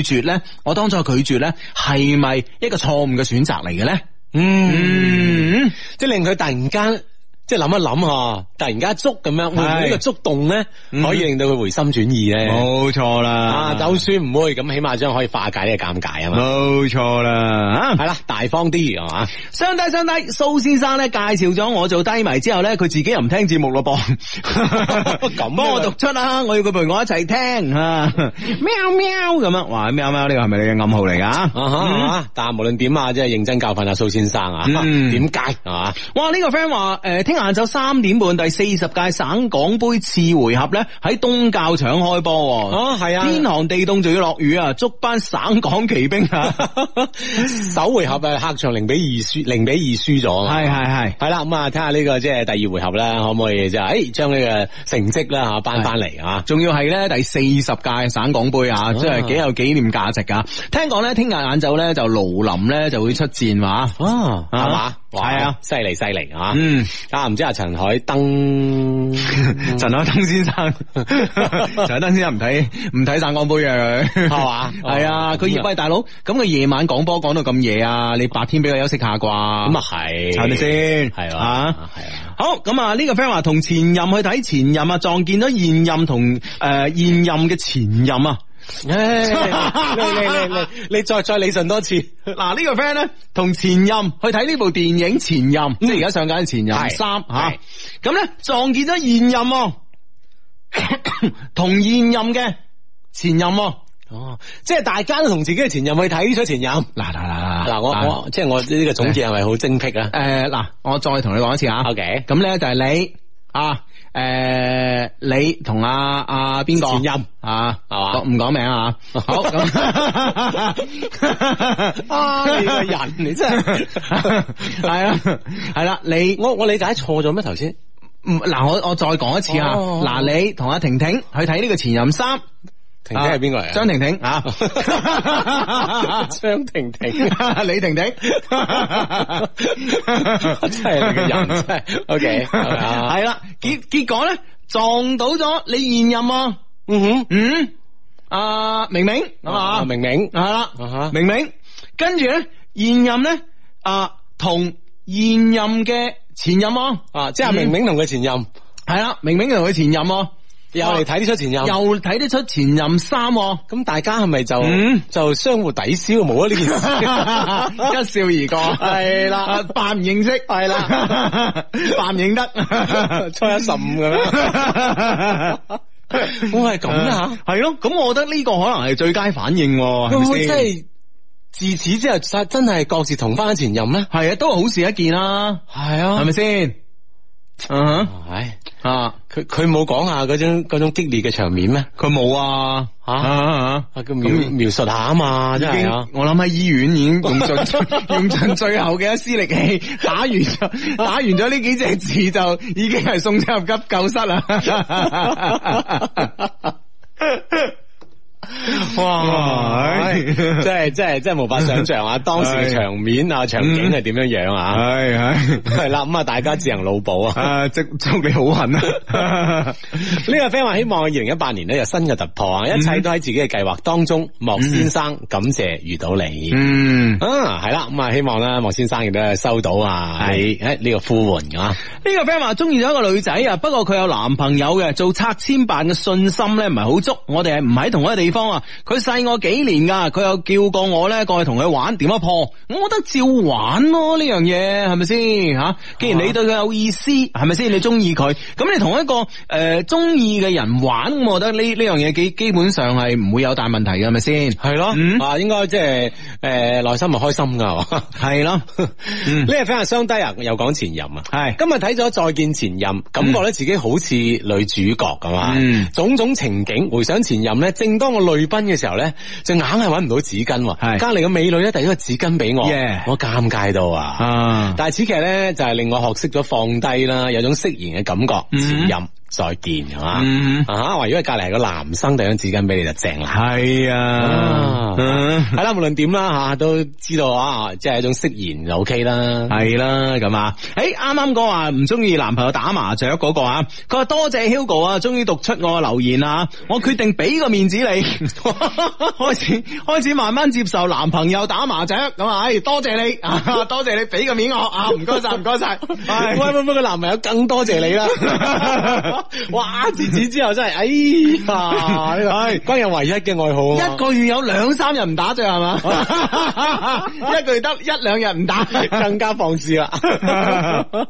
拒絕咧，我當初嘅拒絕咧，係咪一個錯誤嘅選擇嚟嘅咧？嗯，即係令佢突然間即係諗一諗啊，突然間一觸咁樣，會唔會呢個觸動咧，嗯可以令到佢回心轉意咧？冇錯啦，啊，就算唔會，咁起碼將可以化解呢個尷尬啊嘛。冇錯啦，係啦，大方啲係嘛。相低相低，蘇先生咧介紹咗我做低迷之後咧，佢自己又唔聽節目咯噃，咁啊幫我讀出啦，我要佢陪我一齊聽啊，喵喵咁樣，哇喵喵呢個係咪你嘅暗號嚟㗎？啊哈啊哈但係無論點啊，即係認真教訓阿蘇先生啊，嗯點解啊係嘛？哇！呢、個 friend 話誒，聽晏晝三點半，第四十屆省港杯次回合咧喺東教場開波喎。哦係啊天寒地凍仲要落雨啊！祝班省港奇兵 啊！首回合啊，客場零比二輸，零比二輸咗啊嘛。係係係。系啦，咁啊，睇下呢個即係第二回合啦，可唔可以即係诶將呢個成績啦吓扳翻嚟啊？仲要係咧第四十屆省港杯啊，即係幾有紀念價值噶。聽講咧，聽日晏晝咧就盧林咧就會出戰嘛。啊，係嘛啊？哇係啊，犀利犀利啊！嗯，啊，唔知阿陳海 登陳海登先 生，陳海登先生唔睇唔睇省港杯啊，佢係嘛 係啊，佢咁啊喂大佬，咁佢夜晚講波講到咁夜啊，你白天俾佢休息下啩？咁咁啊，係係咪先？係啊啊，係 啊。好咁啊！呢個 friend 話同前任去睇前任啊，撞見咗現任同誒、呃、現任嘅前任啊。唉你你你你你再再理順多次，嗱呢個 friend 咧同前任去睇呢部電影《前任》，即係而家上緊《前任嗯係三》吓係，咁咧撞見咗現任喎， 同現任嘅前任喎。 哦，即係大家都同自己嘅前任去睇咗前任。嗱嗱嗱啊嗱，我我即係我呢個總結係咪好精辟啊誒嗱，我再同你講一次啊。 ？OK，咁咧就係你啊，誒、你同阿阿邊個前任啊，係嘛唔講 名啊，好咁啊你個人你真 係係啊，係啦，你我我理解錯咗咩頭先？唔嗱，我我再講一次啊，哦嗱、你同阿婷婷去睇呢個前任三，婷婷係邊個嚟啊？。張婷婷啊 張婷婷。李婷婷，真係你個人真係 啊 OK，系啦，结结果咧撞到咗你現任啊，嗯哼，嗯，啊明明咁啊，哦明明系啦啊哈，明明，跟住咧現任咧啊同現任嘅前任啊，啊，即係明明同佢前任係啦，明明同佢前任啊，又嚟睇呢出前任，又睇得出前任三喎。 咁大家係咪就嗯就相互抵消冇啊呢件 事？一笑而過，係啦，扮唔認識，係啦， 扮唔認得， 初一十五咁樣我係咁啊，系咯，咁我覺得呢個可能係最佳反應喎，會唔係咪會真先？係自此之後真真係各自同翻前任咧？係啊，都係好事一件啦，係啊係咪先？嗯哼唉，啊，佢佢冇講下嗰種嗰種激烈嘅場面咩？佢冇啊，嚇啊啊，佢描描述下啊嘛，真已係經啊，我諗喺醫院已經用盡用盡最後嘅一絲 力氣，打完咗打完咗呢幾隻字就已經係送咗入急救室啦。哇真係真係真係無法想象啊！當時嘅場面啊，場景係點樣樣啊？系系係啦，咁啊，大家自行腦補啊！啊，祝祝你好 運啊！呢個 friend 話希望二零一八年咧有新嘅突破嗯啊！一切都喺自己嘅計劃當中。莫先生，感謝遇到你。嗯，啊，係啦，咁啊，希望啦，莫先生亦都係收到啊，你誒呢個呼喚啊，呢個 friend 話中意咗一個女仔啊，不過佢有男朋友嘅，做拆遷辦嘅信心咧唔係好足，我哋係唔喺同一個地方啊，佢細我幾年噶，啊，佢又叫過我咧過去同佢玩，點樣啊破？我覺得照玩咯，呢樣嘢係咪先吓？既然你對佢有意思，係咪先？你中意佢，咁你同一個诶中意嘅人玩，咁我覺得呢呢樣嘢基基本上係唔會有大問題嘅，係咪先？系咯嗯，啊，应该即系诶，内心咪开心噶，係嘛係咯，嗯呢個 friend 係相低啊，又講前任啊。係今日睇咗《再見前任》，感覺咧自己好似女主角咁啊！嗯種種情景回想前任咧，正當我淚奔嘅時候咧，就硬係揾唔到紙巾喎。係隔離嘅美女咧，遞咗個紙巾俾我 Yeah 我尷尬到啊！啊，但係此劇咧就係令我學識咗放低啦，有種釋然嘅感覺。嗯前任再見係嘛？嗯，啊！話如果係隔離係個男生遞張紙巾俾你就正啦。係啊，嗯系啦，无论点啦吓，都知道啊，即系一种释然就 OK 啦。系啦，咁啊，诶，啱啱講話唔中意男朋友打麻雀嗰個啊，佢話多謝 Hugo 啊，終於讀出我嘅留言啦，我決定俾個面子你， 開始開始慢慢接受男朋友打麻雀，咁啊，唉，多謝你 啊，多謝你俾個面我啊，唔該晒，唔該晒，喂喂喂，個男朋友更多謝你啦！ 哇，自此之後真係，哎呀，呢個關人唯一嘅愛好啊嘛一個月有兩三日唔打雀係 嘛？ 一個月得一兩日唔 打，更加放肆 啦！啊，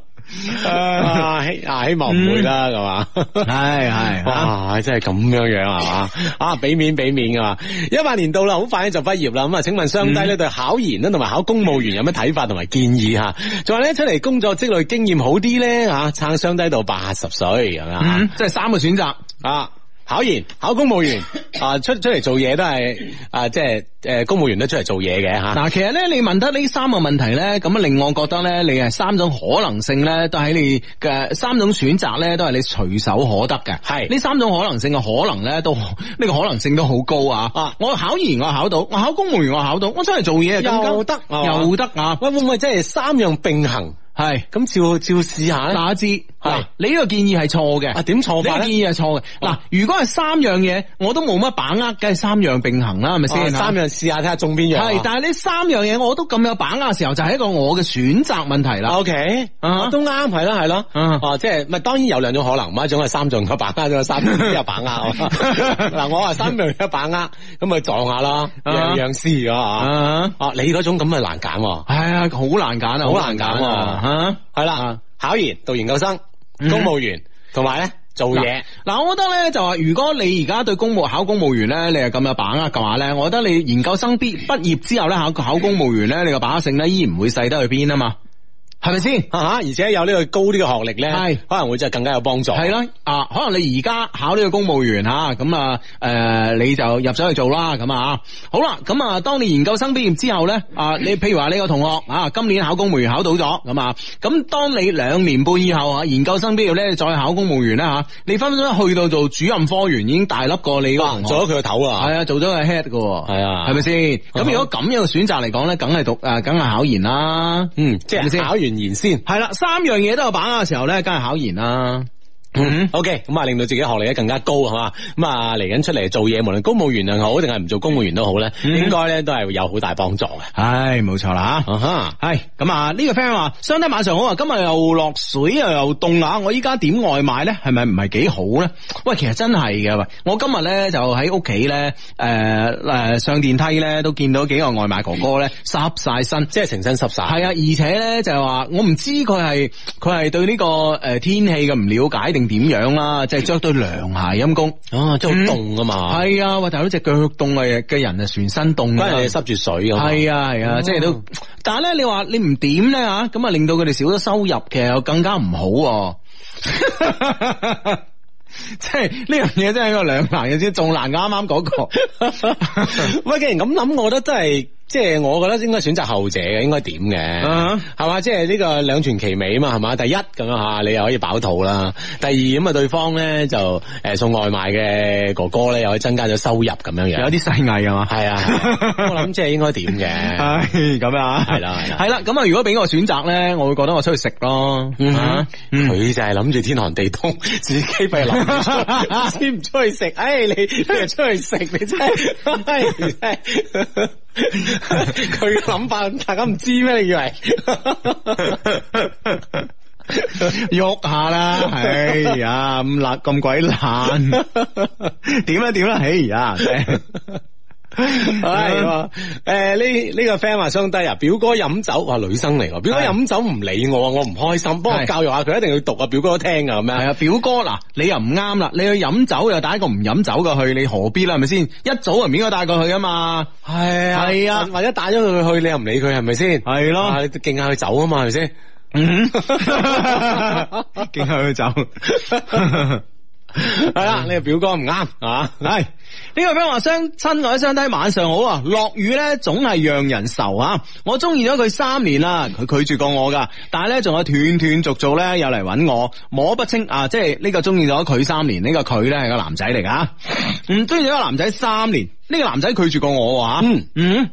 希啊希望唔會啦，係嘛？嗯 係係哇！真係咁樣樣係嘛？啊，俾面俾面噶嘛！一八年到啦，好快咧就畢業啦。咁啊，請問雙低嗯咧對考研咧同埋考公務員有咩睇法同埋建議吓？仲有咧出嚟工作積累經驗好啲咧吓，撐雙低到八十歲咁樣嗯，即係三個選擇。啊！考研、考公 務員啊，出出嚟做嘢都係啊，即係诶，公務員都出嚟做嘢嘅吓。嗱，其實咧，你問得呢三個問題咧，咁啊令我覺得咧，你係三種可能性咧，都喺你嘅三種選擇咧，都係你隨手可得嘅。係呢三種可能性嘅可能咧，都呢、個可能性都好高啊！啊我考研我考到，我考公務員我考到，我出嚟做又嘢更得加係嘛又得啊！喂，會唔會即係三樣並行？係咁照照試下咧。打字係嗱，你呢個建議係錯嘅。啊，點錯你法嘅建咧？議係錯嘅。嗱，如果係三樣嘢，我都冇乜把握，梗係三樣並行啦，係咪啊先？三樣試下睇下中邊樣啊。系，但係呢三樣嘢我都咁有把握嘅時候，就係一個我嘅選擇問題啦。 O K，啊都啱，係啦，係啦，啊哦，即係咪當然有兩種可能，嘛，一種係三種有把握，一種 係三種有把握。嗱，我話三樣有把握，咁咪撞下啦，啊樣樣試啊。啊，啊，你嗰種咁咪難揀喎，系啊，好難揀啊，好難揀啊！係啦啊，考研、讀研究生、嗯公務員，同埋咧做吓嘢。嗱，我覺得咧就話，如果你而家對公務考公務員咧，你係咁有把握嘅話咧，我覺得你研究生畢畢業之後咧考考公務員咧，你個把握性咧依然唔會細得去邊啊嘛，係咪先？啊哈！而且有呢個高呢個學歷咧，係可能會真係更加有幫助。係啦，啊，可能你而家考呢個公務員吓，咁啊，诶、你就入咗去做啦，咁啊，好啦，咁啊，當你研究生畢業之後咧，啊，你譬如話你個同學啊，今年考公務員考到咗，咁啊，咁當你兩年半以後啊，研究生畢業咧，你再考公務員咧吓、啊你分分鐘去到做主任科員已經大粒過你個哇，同學做咗佢個頭啊！係啊，做咗個 head 嘅喎，係啊係咪先？咁如果咁樣嘅選擇嚟講咧，梗係讀啊，梗係考研啦。嗯，即係咪係先考完研先。係啦，三樣嘢都有把握嘅時候咧，梗係考研啦。嗯 O K，咁啊，令到自己學歷咧更加高，係嘛？咁啊，嚟緊出嚟做嘢，無論公務員又好，定係唔做公務員都好咧，嗯應該咧都係有好大幫助嘅。唉，冇錯啦吓。啊哈！系咁啊！呢、個 friend 話：相低晚上好啊，今日又落水又又凍啊！我依家點外賣咧，係咪唔係幾好咧？喂，其實真係嘅喂，我今日咧就喺屋企咧，诶、诶上電梯咧都見到幾個外賣哥哥咧濕晒身。即係成身濕晒，係啊，而且咧就係話，我唔知佢係佢係對呢、個诶天氣嘅唔了解定點樣啦，就係着對涼鞋陰公。啊，真係好凍啊嘛，係啊，喂大佬只腳凍嘅嘅人啊，全身凍啊關人哋濕住水啊嘛，系啊係啊，即係都，但係咧你話你唔點咧吓，咁啊令到佢哋少咗收入，其實又更加唔好喎。 即係呢樣嘢真係一個兩難嘅啫，仲難過啱啱嗰 個。喂，既然咁諗，我覺得真係，即係我覺得應該選擇後者嘅，應該點嘅啊，係嘛？即係呢個兩全其美啊嘛，係嘛？第一咁樣嚇，你又可以飽肚啦；第二咁啊，對方咧就誒送外賣嘅哥哥咧，又可以增加咗收入咁樣樣。啲細藝啊嘛係 啊，係啊我諗即係應該點嘅。唉，咁啊，係啦係啦系啦，咁啊，如果俾我選擇咧，我會覺得我出去食咯，嗯啊哼，佢就係諗住天寒地凍， 自己咪 諗 住先唔出去食。唉，你你又出去食，你真係，唉真 係佢嘅諗法大家唔知咩？ 你以為？喐下啦，哎呀，咁辣咁鬼爛，點啦點啦，哎呀，真係系诶呢呢个 friend 话相低啊，表哥饮酒，哇女生嚟喎，表哥係飲酒唔理我啊，我唔開心，幫我係教育下佢，一定要讀啊，表哥聽啊咁系樣。啊，表哥嗱，你又唔啱啦，你去飲酒又帶一個唔飲酒嘅去，你何必啦？係咪先？一早就唔應該帶過去啊嘛。係啊，係啊或者帶咗佢去，你又唔理佢，係咪先？係咯啊你勁下佢走啊嘛，係咪先？ 嗯，啊劲下去走。係嗯啦，你個表哥唔啱啊，系呢个 friend 话相亲爱相低晚上好啊，落雨咧总系让人愁啊！我中意咗佢三年啦，佢拒绝过我噶，但系咧仲有断断续续咧又嚟揾我，摸不清啊！即系呢个中意咗佢三年，呢、個个佢咧系个男仔嚟噶，嗯，中意咗个男仔三年，呢、個个男仔拒绝过我啊！嗯嗯。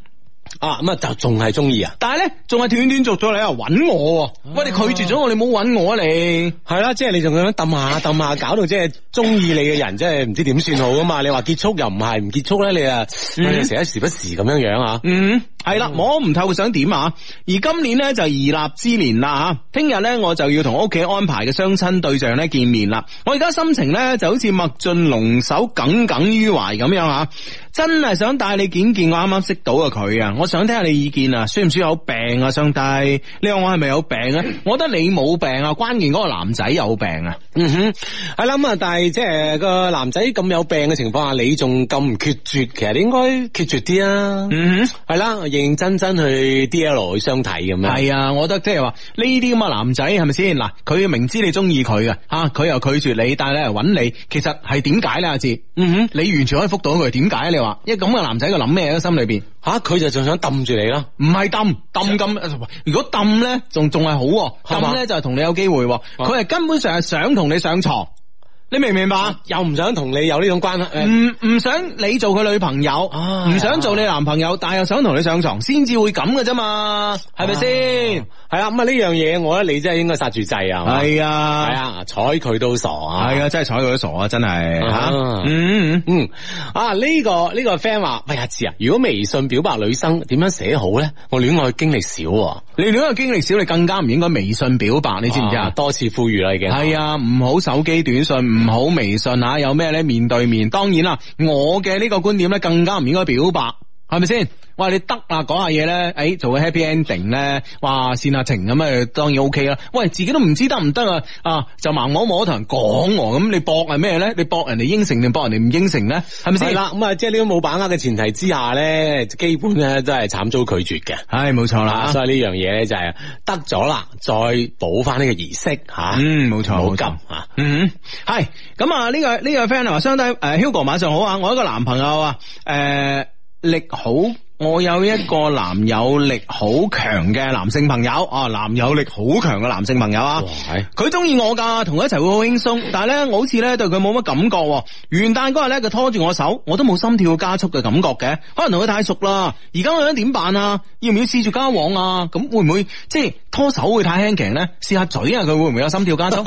啊咁啊就仲係中意啊。但系咧，仲系斷斷續續你又揾我喎，喂，你拒絕咗我，你冇揾我啊你，系啦，即系你仲咁样抌 下抌下，搞到即系中意你嘅人，即系唔知点算好啊嘛！你话结束又唔系，唔结束咧你啊，嗯你成日时不时咁样样啊，嗯，係啦，摸唔透想點啊？而今年咧就係而立之年啦吓，聽日咧我就要同屋企安排嘅相親對象咧見面啦。我而家心情咧就好似麥浚龍手耿耿於懷咁樣啊，真係想帶你見見我啱啱識到嘅佢啊！我想聽下你意見啊，算唔算有病啊？上帝，你話我係咪有病啊？我覺得你冇病啊，關鍵嗰個男仔有病啊！嗯哼，系啦咁啊，但系即系个男仔咁有病嘅情况下，你仲咁唔决绝，其实你应该决绝啲啊，嗯。系啦、認认真真去 D L 去相睇咁样，系啊，我覺得即係話呢啲咁嘅男仔係咪先？嗱，佢明知你中意佢嘅，吓佢又拒絕你，但係咧揾你，其實係點解咧？阿志，嗯哼，你完全可以覆到佢，點解？你話，因為咁嘅男仔佢諗咩喺心裏边？吓佢就仲想氹住你啦，唔係抌抌咁，如果抌咧，仲仲係好喎，係嘛哦抌咧就係同你有機會喎。佢係根本上係想同你上床，你明唔明白？又唔想同你有呢种关系，誒唔唔想你做佢女朋友，啊唔想做你男朋友，但係又想同你上床，先至會咁嘅啫嘛，係咪先？系啦，咁啊呢样嘢，我觉得你真系应该刹住掣啊，係嘛係啊係啊，睬佢都傻啊，系啊，真系睬佢都傻啊，真系吓啊，嗯，嗯，啊呢、個呢、個 friend 話：喂阿志啊，如果微信表白女生點樣寫好咧？我戀愛經歷少喎，你戀愛經歷少，你更加唔應該微信表白，你知唔知啊？多次呼籲啦已經。係啊，唔好手機短信，唔好微信啊，有咩咧面對面。當然啦，我嘅呢個觀點咧，更加唔應該表白，係咪先？喂，你得啦，講下嘢咧，诶，做個 happy ending 咧，哇，煽下情咁啊，當然 OK 啦。喂，自己都唔知得唔得啊，啊，就盲摸摸同人講喎，咁你搏係咩咧？你搏人哋應承定搏人哋唔應承咧？係咪係先？啦，咁啊，即係呢個冇把握嘅前提之下咧，基本咧都係慘遭拒絕嘅。唉，冇錯啦啊，。所以呢樣嘢咧就係得咗啦，再補翻呢個儀式吓，嗯，冇錯，冇冇急錯啊。嗯，系咁啊！呢、個呢、個 friend 話，相低诶，Hugo 晚上好啊！我有一個男朋友啊，诶、力好，我有一個男友力好強嘅男性朋友啊，男友力好強嘅男性朋友啊。係佢中意我噶，同佢一齊會好輕鬆，但係咧，我好似咧對佢冇乜感覺喎。元旦嗰日咧，佢拖住我手，我都冇心跳加速嘅感覺嘅，可能同佢太熟啦。而家我想點辦啊？要唔要試住交往啊？咁會唔會即係拖手會太輕騎咧？試下嘴啊，佢會唔會有心跳加速？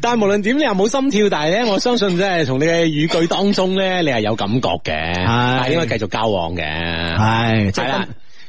但係無論點，你又冇心跳，但係咧，我相信即係從你嘅語句當中咧，你係有感覺嘅，係係應該繼續交往 嘅。系，即係啦係今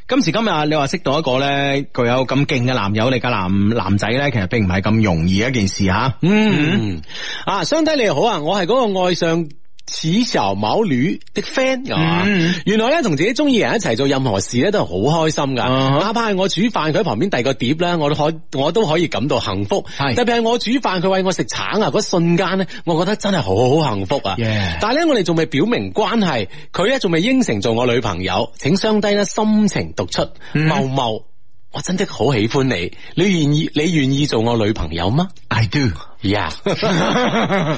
今時今日，啊你話識到一個咧具有咁勁嘅男友嚟嘅男男仔咧，其實並唔係咁容易嘅一件事吓。嗯，啊，相低你好啊，我係嗰個愛上。此仇某女的 friend 係嘛嗯原來咧同自己中意嘅人一齊做任何事咧都係好開心噶，啊哈哪怕係我煮飯佢喺旁邊遞個碟咧，我都可我都可以感到幸福。係特別係我煮飯佢喂我食橙啊嗰瞬間咧，我覺得真係好幸福啊 Yeah 但係咧我哋仲未表明關係，佢咧仲未應承做我女朋友，請相低咧心情讀出，嗯茂茂，我真的好喜歡你，你願意你願意做我女朋友嗎？ I do， 呀，系啦，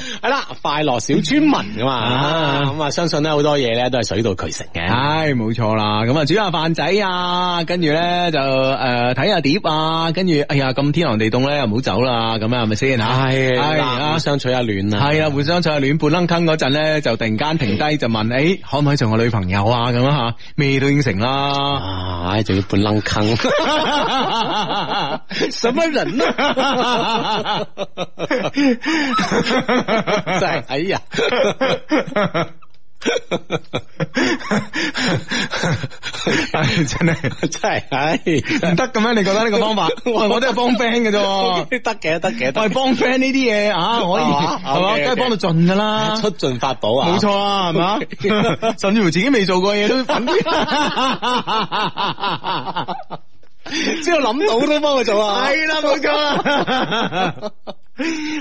快樂小村民噶嘛，啊咁啊，相信咧好多嘢咧都係水到渠成嘅。唉，冇錯啦。咁啊，煮下飯仔啊，跟住咧就诶睇下碟啊，跟住哎呀咁天寒地凍咧，又唔好走啦，咁啊係咪先吓？係係啦，啊互相取下暖啊。係啊，互相再戀半楞坑嗰陣咧，就突然間停低就問，诶、可唔可以做我女朋友啊？咁啊吓，咩都應承啦。啊，唉，仲要半楞坑， 什么人啊？ 真係，哎呀！哎真系真系，唉，？唔得嘅咩？你覺得呢個方法 我我我都係幫 friend 嘅啫喎，得嘅，得嘅，我係得幫 friend 呢啲嘢啊，可以係嘛係嘛，哦 OK，OK 梗係幫到盡噶啦 嘅，。出盡法寶啊！冇錯啊，係嘛？甚至乎自己未做過嘢都粉啲，只要諗到都幫佢做啊！係啦，冇錯啊。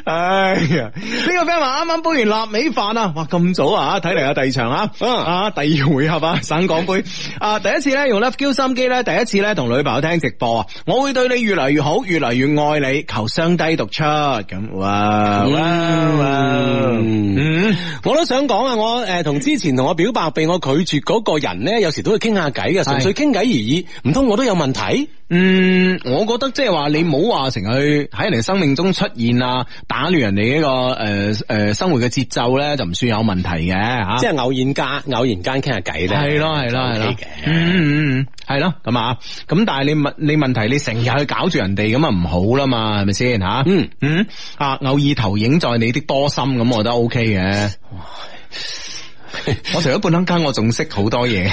哎呀，呢、個 friend 話啱啱煲完臘味飯啊，哇咁早啊，睇嚟啊第二場啊，嗯啊第二回合啊，省港杯啊，第一次咧用 Love Q 心機咧，第一次咧同女朋友聽直播啊，我會對你越嚟越好，越嚟越愛你，求相低獨出咁，哇哇哇，嗯嗯，我都想講啊，我诶同之前同我表白被我拒絕嗰個人咧，有時都會傾下偈嘅，純粹傾偈而已，唔通我都有問題？嗯，我覺得即係話你冇話成日去喺人哋生命中出現啊，打亂人哋呢、個誒、呃、生活嘅節奏咧，就唔算有問題嘅嚇。即係偶然間偶然間傾下偈咧，啊係咯係咯係 OK 咯嘅，嗯嗯嗯，係咯咁啊，咁但係你問你問題，你成日去搞住人哋咁啊唔好啦嘛，係咪先吓？嗯嗯啊，偶爾投影在你的波心咁，我覺得 O K 嘅。我除咗半空間，我仲識好多嘢。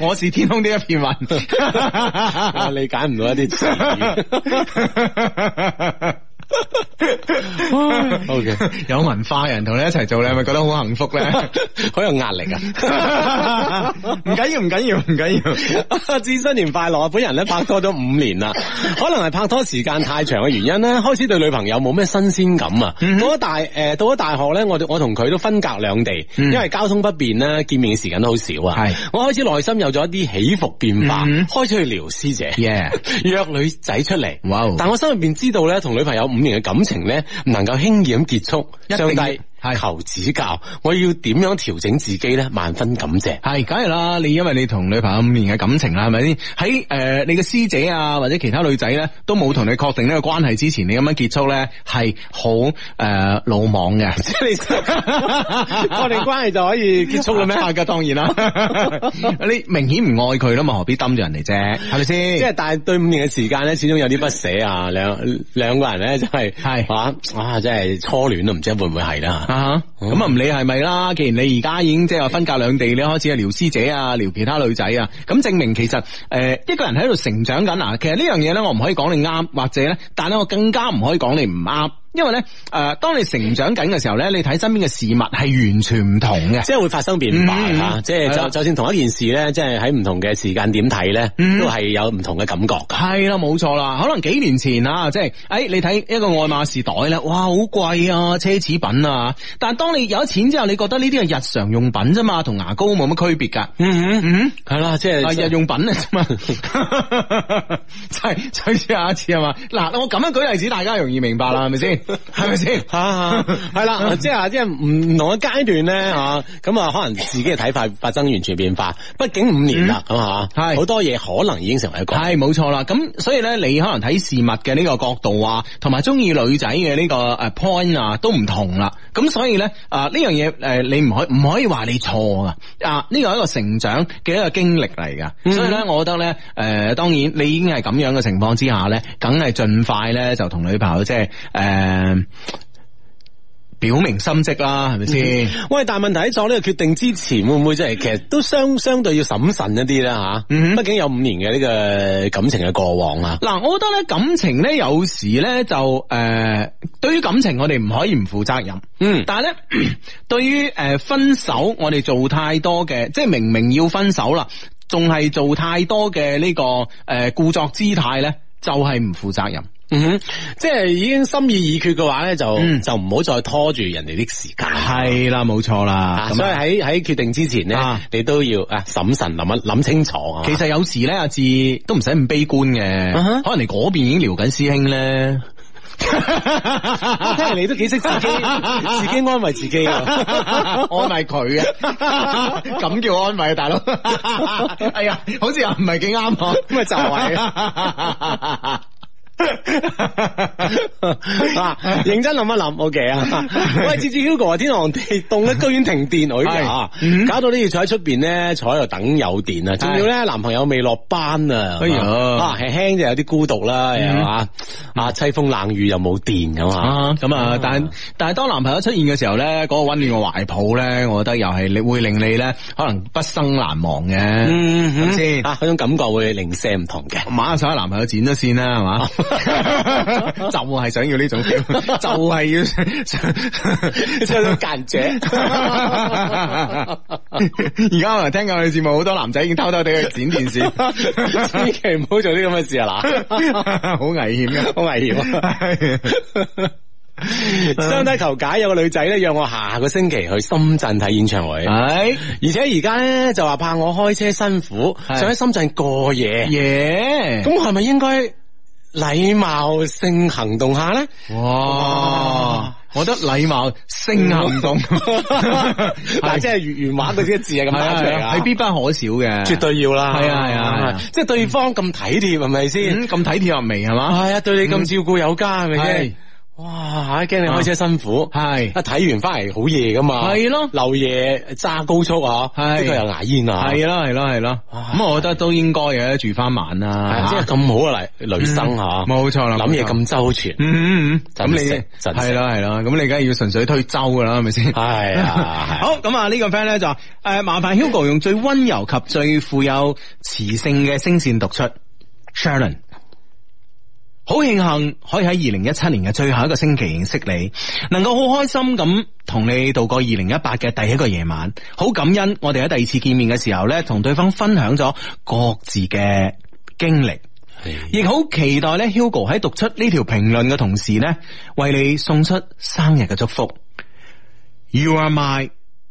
我是天空的一片 雲。我理解唔到一啲字 O K，有文化人同你一齊做，你係咪覺得好幸福 咧？好有壓力啊！ 唔緊要，唔緊要，唔緊要。至新年快樂啊！本人咧拍拖咗五年啦，可能係拍拖時間太長嘅原因咧，開始對女朋友冇咩新鮮感啊。嗯到咗大诶、到咗大學咧，我哋我同佢都分隔兩地，嗯因為交通不便咧，見面嘅時間都好少啊。係我開始內心有咗一啲起伏變化，嗯開始去聊師姐。 Yeah， 約女仔出嚟，哇哦但我心入邊知道咧，同女朋友五年嘅感情咧，唔能夠輕易咁結束。一定上帝係求指教，我要點樣調整自己咧？萬分感謝。 係梗係啦，你因為你同女朋友五年嘅感情啦，係咪先？喺诶、呃你嘅師姐啊或者其他女仔咧，都冇同你確定呢個關係之前，你咁樣結束咧，係好诶魯莽 嘅。即係你，我哋關係就可以 結束啦咩？咩？噶當然 啦，你明顯唔愛佢啦嘛，何必抌住人哋啫？係咪先？即係但係對五年嘅時間咧，始終有啲不捨啊！兩兩個人咧，就係係啊啊，真係初戀都唔知會唔會係啦。啊哈，咁啊唔理係咪啦，既然你而家已經即係話分隔兩地，你開始係聊師姐啊，聊其他女仔啊，咁證明其實诶、呃一個人喺度成長緊啊。其實呢樣嘢咧，我唔可以講你啱，或者咧，但咧我更加唔可以講你唔啱，因為咧诶、呃，当你成長緊嘅時候咧，你睇身邊嘅事物係完全唔同嘅。即係會發生變化嗯吓，即係係就啦就算同一件事咧，即係喺唔同嘅時間點睇咧，嗯都係有唔同嘅感覺㗎。系啦，冇錯啦，可能幾年前啊，即係，诶、你睇一個愛馬仕袋咧，哇，好貴啊，奢侈品啊，但係當你有咗錢之後，你覺得呢啲係日常用品啫嘛，同牙膏冇乜區別㗎。嗯嗯，嗯。係啦，即啊， 係日用品嚟啫嘛， 就系取之下一次啊係嘛？嗱，我咁樣舉例子，大家容易明白啦，係咪先？係咪先？啊，係啦，即係話即係唔唔同嘅階段咧吓，咁啊可能自己嘅睇法發生完全變化。畢竟五年啦，咁啊，係好多嘢可能已經成為一個。係冇錯啦，咁所以咧，你可能睇事物嘅呢個角度啊，同埋中意女仔嘅呢個诶 point 啊，都唔同啦。咁所以咧，啊呢樣嘢诶，你唔可以唔可以話你錯噶？啊呢個係一個成長嘅一個經歷嚟噶。所以咧，我覺得咧，诶當然你已經係咁樣嘅情況之下咧，梗係盡快咧就同女朋友即係诶表明心跡啦，係咪先？喂，但系问题喺做呢個決定之前，會唔會即係其實都相相對要審慎一啲啦吓？嗯畢竟有五年嘅呢個感情嘅過往啊。嗱，我覺得咧感情咧有時咧就诶、呃，對於感情我哋唔可以唔負責任。嗯但係咧 對於诶分手，我哋做太多嘅，即係明明要分手啦，仲係做太多嘅呢、個个诶故作姿態咧，就係唔負責任。嗯哼，即係已經心意已決嘅話咧，就、嗯就唔好再拖住人哋啲時間。係啦，冇錯啦啊咁所以啊喺喺决定之前咧啊，你都要啊審慎諗一諗清楚啊。其實有時咧，阿志都唔使咁悲觀嘅啊哈可能你嗰邊已經聊緊師兄 咧。聽嚟你都幾識自己 自己安慰自己啊。 安慰佢啊， 咁叫安慰啊，大 佬。哎呀，好似又唔係幾啱啊，咁咪就係 啊，认真谂一谂，OK 啊。喂，次次 Hugo 話天寒地凍咧，居然停電，哎呀係嗯，搞到都要坐喺出邊咧，坐喺度等有電啊。仲要咧，男朋友未落班啊，哎呀啊，輕輕就有啲孤獨啦，又嗯嘛，啊，凄風冷雨又冇電咁啊。啊，咁啊，但但系当男朋友出現嘅時候咧，嗰、個温暖嘅懷抱咧，我覺得又係你會令你咧，可能畢生難忘嘅。嗯係咪先啊，嗰種感覺會零舍唔 同嘅。馬上喺男朋友剪咗先啦，係嘛？就係想要呢種 feel，就係要 真係間者，而家可能聽緊我哋節目，好多男仔已經偷偷地去剪電視，千祈唔好做啲咁嘅事啊！ 好危險啊嘅，好危險。嗯嗱， 相低求解，有個女仔咧約我下個星期去深圳睇演唱會，係而且而家咧就話怕我開車辛苦，係想喺深圳過嗯夜。耶咁，我係咪應該禮貌性行動下 咧？哇！我覺得禮貌性行 動，嗱，即係粵原話嗰啲字啊係咁打出嚟 㗎係必不可少嘅，絕對要啦。係啊係啊係啊即係對方咁體貼係咪先？嗯咁體貼入微係嘛？係啊，對你咁照顧有加係咪係先？哇，驚你開車辛苦。係一。睇完翻嚟好夜噶嘛，係咯漏夜揸高速啊，呢係個又牙煙啊，系啦，系啦，系啦。哇咁我覺得都應該嘅，住翻晚啦係，即係啊咁好嘅女女生吓，啊嗯冇錯啦，諗嘢咁周全，嗯嗯嗯，咁真你食真食係啦係啦，咁你梗係要順水推舟噶啦，係咪先？係 啊，好咁啊！呢個 friend 咧就呃話誒，麻煩 Hugo 用最温柔及最富有磁性嘅聲線讀出 Sharon。好慶幸可以喺二零一七年嘅最後一個星期認識你，能夠好開心咁同你度過二零一八嘅第一個夜晚，好感恩我哋喺第二次見面嘅時候咧，同對方分享咗各自嘅經歷。係亦好期待咧，Hugo 喺讀出呢條評論嘅同時咧，為你送出生日嘅祝福。You are my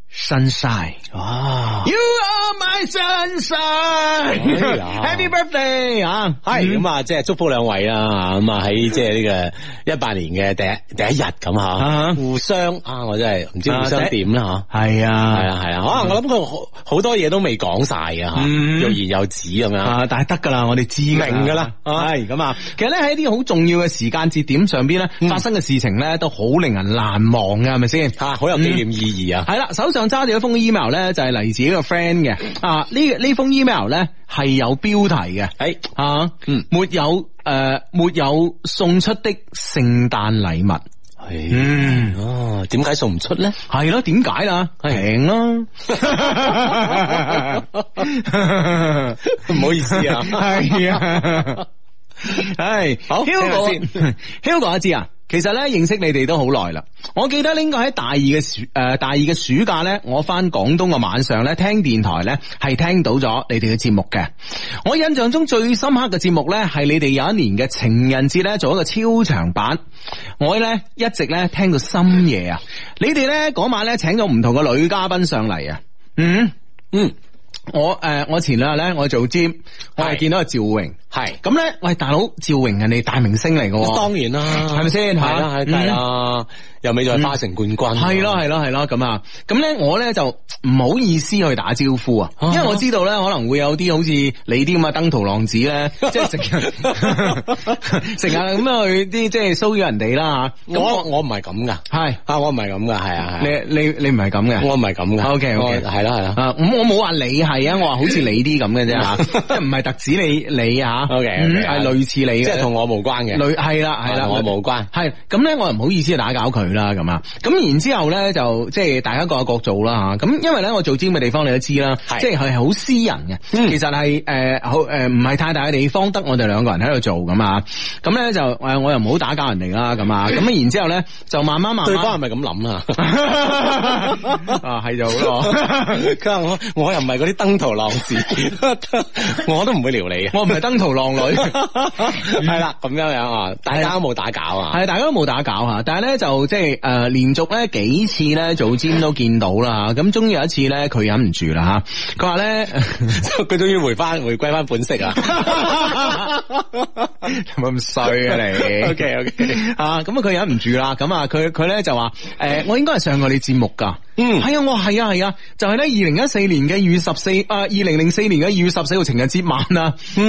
sunshine. 哇， You are my 哎 sunshine. 呀 Happy birthday 啊！係嗯咁啊，即係祝福兩位啦，咁啊喺即係呢個一八年嘅第一第一日咁啊吓，互相啊，我真係唔知互啊相第一點啦吓。係系啊，啊系啊，可能我諗佢好好多嘢都未講晒嘅吓，嗯欲言又止咁樣。啊！但係得噶啦，我哋知㗎明㗎啦啊係咁啊。其實咧喺啲好重要嘅時間節點上邊咧，嗯發生嘅事情咧都好令人難忘嘅，係咪先？吓，好有紀嗯念意義啊！系啦，手上揸住一封 email 咧，就係嚟自一個 friend 嘅啊。呢呢封 email 咧係有標題嘅诶，啊，嗯沒有诶、呃沒有送出的聖誕禮物，係嗯，哦，點解送唔出咧？係咯，點解啦？平咯，唔好意思啊， 係啊，唉，好聽下 ，Hugo，Hugo 哎阿志啊。其實咧認識你哋都好耐啦，我記得咧應該喺大二嘅暑誒、呃大二嘅暑假咧，我翻廣東嘅晚上咧聽電台咧係聽到咗你哋嘅節目嘅。我印象中最深刻嘅節目咧係你哋有一年嘅情人節咧做一個超長版，我咧一直咧聽到深夜啊！你哋咧嗰晚咧請咗唔同嘅女嘉賓上嚟啊，嗯。嗯，我诶、呃我前兩日咧，我做 gym，我係係見到阿趙榮，係。咁咧，喂大佬，趙榮人哋大明星嚟嘅喎，當然啦，哦係咪先係嚇嗯啦，係梗係啦，又美在花城冠軍，係咯係咯係咯咁啊，咁咧我咧就唔好意思去打招呼啊，因為我知道咧可能會有啲好似你啲咁嘅登徒浪子 咧，即係成日 成日啊咁樣去啲即係騷擾人哋啦吓，咁我我唔係咁噶，係啊，我唔係咁噶，係啊，係啊你你你唔係咁嘅，我唔係咁噶 OK，OK 我係啦係啦啊，咁我冇話你係啊，我話好似你啲咁嘅 啫吓，啊即係唔係特指你你啊 OK，OK，係類似你嘅，即係同我無關嘅，啊女係啦係啦，同我無關，係咁咧，我又唔好意思打攪佢啦，咁啊，咁然之後咧就即係大家各有各做啦吓，咁因為咧我做尖嘅地方你都知啦，係即係係好私人嘅，嗯其實係誒好誒唔係太大嘅地方，得我哋兩個人喺度做咁啊，咁咧就誒我又唔好打攪人哋 啦，咁啊，咁啊然之後咧就慢慢慢慢，對方係咪咁諗啊？ 啊係就好咯。佢話我我又唔係嗰啲登徒浪子， 我都唔會撩你嘅，我唔係登徒浪女，係啦，咁樣樣啊，大家都冇打攪啊，係大家都冇打攪吓，但係咧就即係诶連續咧幾次咧做尖都見到啦，咁終於有一次咧佢忍唔住啦吓，佢話咧 佢終於回翻回歸翻本色啊 有冇咁衰啊 你，OK OK，啊，咁啊佢忍唔住啦，咁啊佢佢咧就話呃诶、誒我應該係上過你節目㗎，嗯係啊我係啊係啊，就係咧二零一四年嘅二月十四四啊，二零零四年嘅二月十四號情人節晚啊。系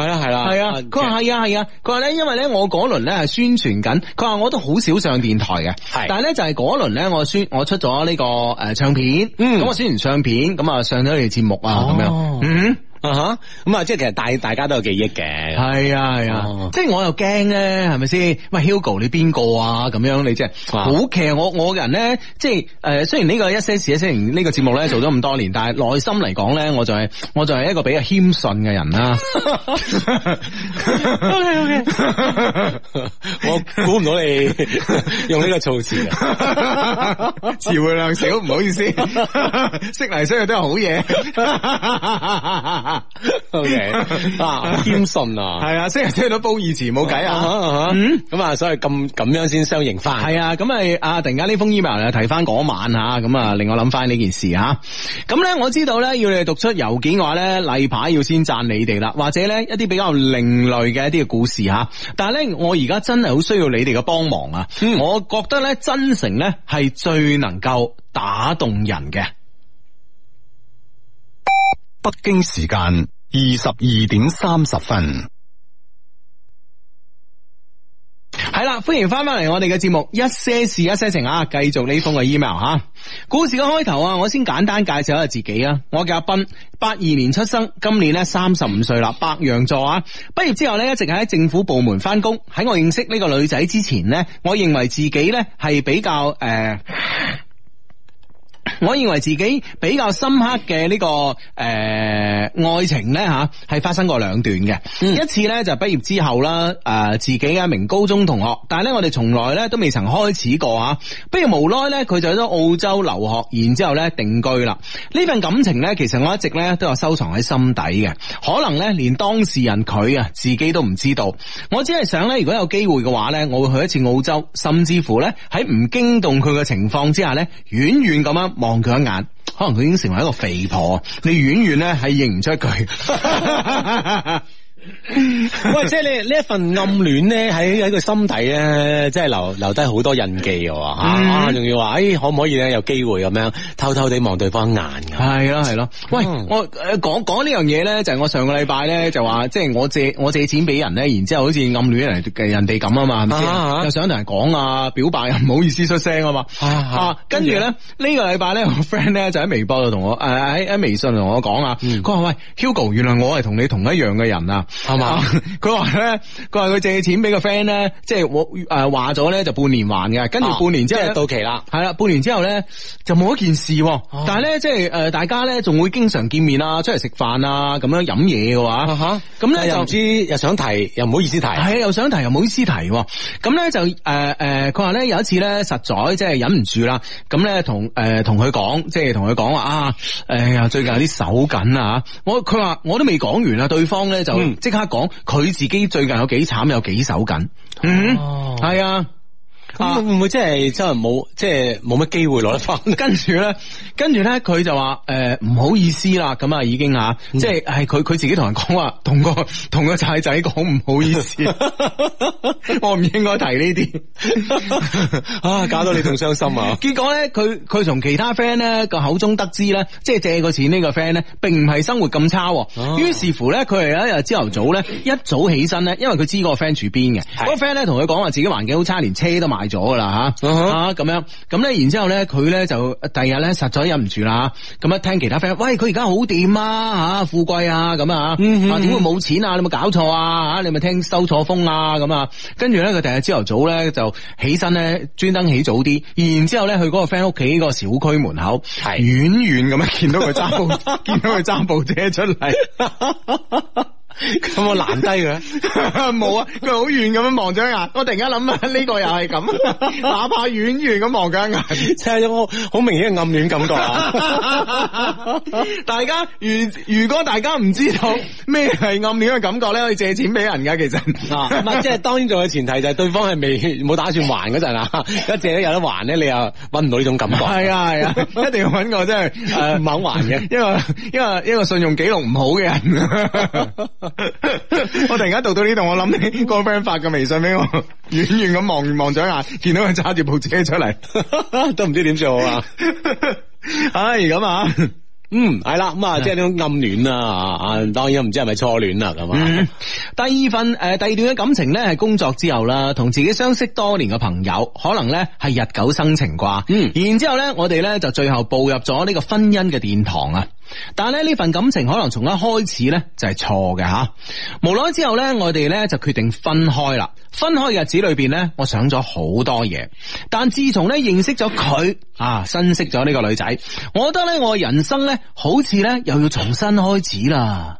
啦系啦，系啊，佢話係啊係啊，佢話咧，因為咧我嗰輪咧係宣傳緊，佢話我都好少上電台嘅，係但係咧就係嗰輪咧我宣我出咗呢個誒唱片，嗯咁我宣傳唱片，咁啊上咗你哋節目啊咁哦樣，嗯。啊哈，咁啊，即係其實大大家都有記憶嘅，系啊系哦啊，即系我又驚咧，係咪先？喂，Hugo 你邊個啊？咁樣你即係啊好其實我我個人咧，即係诶、呃，虽然呢個一些事一些情呢個節目咧做咗咁多年，但係內心嚟講咧，我就係我就係一個比較謙遜嘅人啦。我估唔到你用呢個措辭嘅， 詞彙量少，唔好意思，識 嚟識去都係好嘢。 OK，啊，謙信啊，係啊，識嚟識去都褒義詞，冇計啊哈啊。啊哈嗯咁啊，所以咁咁樣先相形翻，係啊，咁咪啊，突然間呢封 email 又睇翻嗰晚吓，咁啊令我諗翻呢件事吓。咁咧我知道咧要你哋讀出郵件嘅話咧，例牌要先讚你哋啦，或者咧一啲比較另類嘅一啲嘅故事吓。但係咧我而家真係好需要你哋嘅幫忙啊！我覺得咧真誠咧係最能夠打動人嘅。北京時間二十二點三十分，系啦，歡迎翻返嚟我哋嘅節目《一些事一些情》啊，繼續呢封嘅 email 吓。故事嘅開頭啊，我先簡單介紹下自己啊。我叫阿斌，八二年出生，今年咧三十五歲啦，白羊座啊。畢業之後咧，一直喺政府部門翻工。喺我認識呢個女仔之前呢，我認為自己咧係比較诶。呃 我認為自己比較深刻嘅呢、個誒愛情呢，吓，係發生過兩段嘅。一次呢，就畢業之後啦，誒、呃自己嘅一名高中同學，但係呢，我哋從來呢都未曾開始過吓。不如無奈呢，佢就去咗澳洲留學，然之後呢定居啦。呢份感情呢，其實我一直呢都有收藏喺心底嘅，可能呢，連當事人佢啊自己都唔知道。我只係想呢，如果有機會嘅話呢，我會去一次澳洲，甚至乎呢，喺唔驚動佢嘅情況之下呢，遠遠咁樣望佢一眼。可能佢已經成為一個肥婆，你遠遠呢係認唔出佢。喂，即係你呢一份暗戀咧，喺喺個心底咧，即係留留低好多印記嘅喎嚇，嗯啊仲要話，誒可唔可以咧有機會咁樣偷偷地望對方一眼㗎？系啊咯系咯，喂，嗯我诶讲讲呢樣嘢咧，就係我上個禮拜咧就話，即係我借我借錢俾人咧，然之后好似暗戀人哋嘅人哋咁啊嘛，係咪啊啊先？又想同人講啊，表白又唔好意思出聲啊嘛，啊啊啊，跟住咧呢個禮拜咧，我 friend 咧就喺微博度同我诶喺喺微信同我講啊，嗯佢話喂 Hugo，原來我係同你同一樣嘅人啊，係嘛啊？ 佢話咧，佢話佢借錢俾個 friend 咧，即係我诶话咗咧就半年還嘅，跟住半年之後啊即呢係到期啦。系啦，半年之後咧就冇一件事喎，哦但係咧即係诶，呃大家咧仲會經常見面啊，出嚟食飯啊，咁樣飲嘢嘅啊話，哈，咁咧但又就唔知又想提，又唔好意思提。係啊又想提又冇意思提喎，咁咧就诶诶，佢話咧有一次咧實在即係忍唔住啦，咁咧同诶同佢講，即係同佢講話啊，诶呀最近有啲手緊啊，我佢話我都未講完啊，對方咧就嗯即刻講佢自己最近有幾慘有幾手緊，嗯，係啊。哦咁會唔會即係真係冇，即係冇乜機會攞得翻？跟住咧，跟住咧，佢就話诶唔好意思啦，咁啊已經吓，即係係佢佢自己同人講話，同個同個仔仔講唔好意思， 我唔應該提呢啲。啊，搞到你仲傷心啊！結果咧，佢佢從其他 friend 咧個口中得知咧，即係借個錢呢個 friend 咧，並唔係生活咁差喎。哦於是乎咧，佢係有一日朝頭早咧，一早起身咧，因為佢知個 friend 住邊嘅，嗰個 friend 咧同佢講話自己環境好差，連車都買咗噶啦吓，嗯哼啊咁樣，咁咧然之後咧，佢咧就呃第二日咧實在忍唔住啦，咁一聽其他 friend，喂佢而家好掂啊吓，富貴啊咁啊，嗯啊點會冇錢啊？你有冇搞錯啊？吓你咪聽收錯風啊咁啊，跟住咧佢第日朝頭早咧就起身咧，專登起早啲，然之後咧去嗰個 friend 屋企個小區門口，係遠遠咁樣見到佢 揸部，見到佢揸部車出嚟。咁我難低嘅， 冇啊！佢好遠咁樣望咗一眼，我突然間諗啊，呢個又係咁，哪怕遠遠咁望佢一眼，即係有個好明顯嘅暗戀感覺啊！ 大家如如果大家唔知道咩係暗戀嘅感覺咧，可以借錢俾人噶，其實啊，唔 係即係當然仲有前提就係對方係未 冇打算還嗰陣啊， 一借都有得還咧，你又揾唔到呢種感覺。係 啊係啊，一定要揾個真呃係誒唔肯還嘅一個一個一個信用記錄唔好嘅人。 我突然間讀到呢度，我諗 起個 friend 發個微信俾我，遠遠咁望望咗一眼，見到 佢揸住部車出嚟。都唔知點做好啊！唉，咁啊。嗯，系啦，咁啊，即系呢种暗恋啦，啊啊，当然唔知系咪初恋啦，咁啊，嗯，第二份诶、呃第二段嘅感情咧，系工作之後啦，同自己相識多年嘅朋友，可能咧係日久生情啩。嗯然之后咧，我哋咧就最後步入咗呢個婚姻嘅殿堂啊。但係咧呢份感情可能從一開始咧就係錯嘅吓。無奈之後咧，我哋咧就決定分開啦。分開嘅日子裏边咧，我想咗好多嘢，但自從咧認識咗佢啊，新識咗呢個女仔，我覺得咧我嘅人生咧好似咧又要重新開始啦。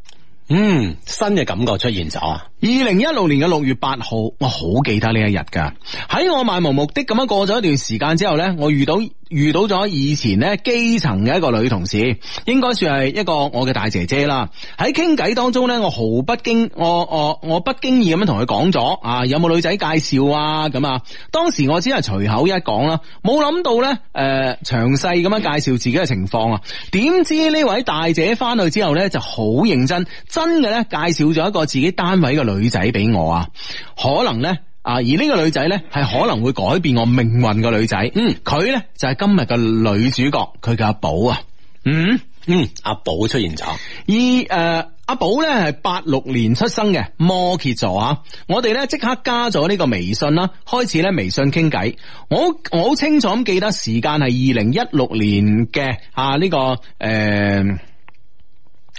嗯，新嘅感覺出現咗啊，二零一六年嘅六月八號，我好記得呢一日噶。喺我漫無目的咁樣過咗一段時間之後呢，我遇到遇到咗以前呢基層嘅一個女同事，應該算係一個我嘅大姐姐啦。喺傾偈當中呢，我毫不經我我我不經意咁樣同佢講咗啊，有冇女仔介紹啊咁啊。當時我只係隨口一講啦，冇諗到呢誒詳細咁樣介紹自己嘅情況啊。點知呢位大姐翻去之後呢，就好認真，真嘅呢介紹咗一個自己單位嘅女仔俾我啊，可能呢。啊！而呢個女仔呢，係可能會改變我命運嘅女仔，嗯，佢呢，就係、今日嘅女主角，佢嘅阿寶啊，嗯。嗯，阿寶出現咗，而誒、呃阿寶咧係八六年出生嘅摩羯座啊，我哋咧即刻加咗呢個微信啦，開始咧微信傾偈。我我好清楚咁記得時間係二零一六年嘅啊呢、個誒。呃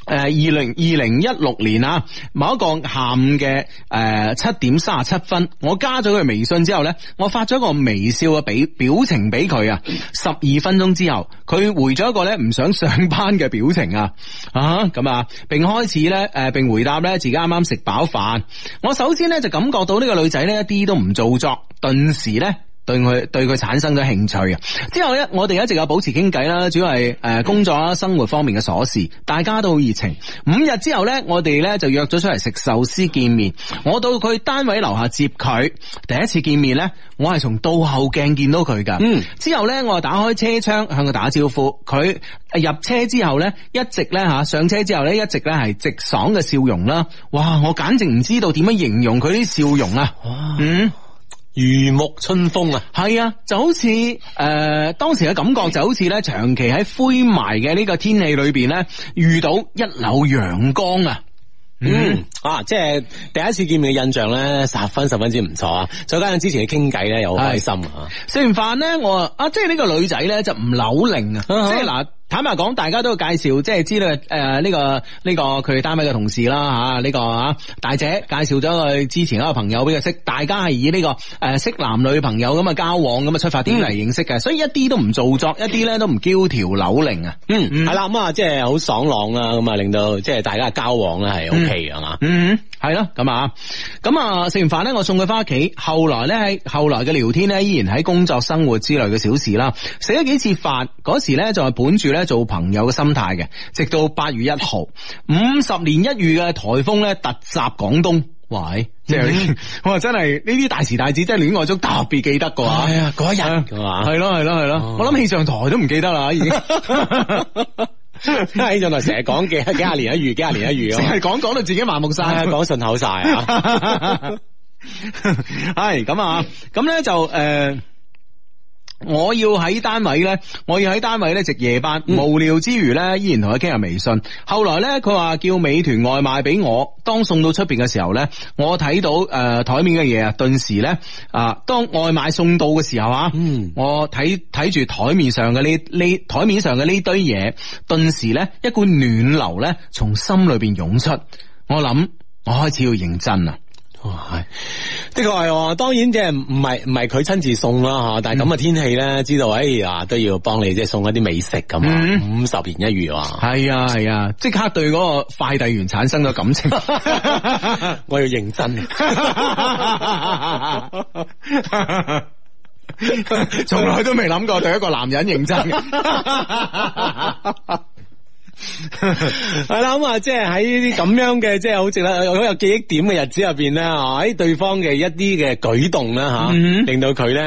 誒呃二零二零一六年啊，某一個下午嘅誒七點三十七分，我加咗佢微信之後呢，我發咗個微笑嘅俾表情俾佢啊。十二分鐘之後，佢回咗一個呢唔想上班嘅表情啊啊咁啊，並開始呢，誒、並回答呢自己啱啱食飽飯。我首先呢，就感覺到呢個女仔呢一啲都唔做作，頓時呢。對佢對佢產生咗興趣啊！之後咧，我哋一直有保持傾偈啦，主要係誒工作啦、生活方面嘅瑣事，大家都好熱情。五日之後咧，我哋咧就約咗出嚟食壽司見面。我到佢單位樓下接佢，第一次見面咧，我係從倒後鏡見到佢㗎。嗯之後咧，我打開車窗向佢打招呼，佢呃入車之後咧，一直咧吓上車之後咧，一直咧係直爽嘅笑容啦。哇！我簡直唔知道點樣形容佢啲笑容啊！哇嗯。如沐春風啊，系啊，就好似诶、呃，当时嘅感覺就好似咧，長期喺灰霾嘅呢個天氣裏边咧，遇到一縷陽光啊！嗯，啊，即係第一次見面嘅印象咧，十分十分之唔錯啊，再加上之前嘅傾偈咧，又好開心啊，食完飯咧，我話啊，即係呢個女仔咧就唔扭拧啊，即啊哈係嗱。坦白講，大家都有介紹，即係知道誒呢個呃呢、個佢單位嘅同事啦嚇，呢、個啊大姐介紹咗佢之前一個朋友俾佢識，大家係以呢、個誒、識男女朋友咁嘅交往咁嘅啊出發點嚟認識嘅，所以一啲都唔做作，一啲咧都唔嬌條扭擰啊。嗯，係啦，咁啊，即係好爽朗啦，咁啊，令到即係大家嘅交往咧係 OK 嘅嘛，嗯，系咯，咁啊，咁啊，食完饭咧，我送佢翻屋企。后来咧，喺后来嘅聊天咧，依然喺工作、生活之类嘅小事啦。食咗几次饭，嗰时咧就系本住咧做朋友嘅心态嘅。直到八月一号，五十年一遇嘅台风咧突袭广东，喂，即系、我真系呢啲大时大节，即系恋愛中特别记得噶。係啊，嗰一日嘅嘛系。咯系咯系咯哦，我谂氣象台都唔記得啦，已經。因為呢種哎台成日講幾幾廿年一遇，幾廿年一遇啊淨 嘛，係講講到自己麻木晒。係講順口晒啊！ 系咁啊，咁咧就诶。呃我要喺單位咧，我要喺單位咧值夜班，無聊之餘咧，依然同佢傾下微信。後來咧，佢話叫美團外賣俾我，當送到出邊嘅時候咧，我睇到誒台、面嘅嘢啊，頓時咧啊，當外賣送到嘅時候啊，嗯我睇睇住台面上嘅呢呢台面上嘅呢堆嘢，頓時咧一股暖流咧從心裏邊湧出，我諗我開始要認真啦。 哇，的確係喎，當然即係唔係唔係佢親自送啦嚇，但係咁嘅天氣咧，知道哎呀都要幫你即係送一啲美食咁啊，嗯五十年一遇啊！系啊系啊，即刻對嗰個快遞員產生咗感 情。 我要認真，從來都未諗過對一個男人認 真嘅。 係啦咁啊，即係喺呢啲咁樣嘅即係好值得好有記憶點嘅日子入邊咧，啊喺對方嘅一啲嘅舉動啦嚇，嗯令到佢咧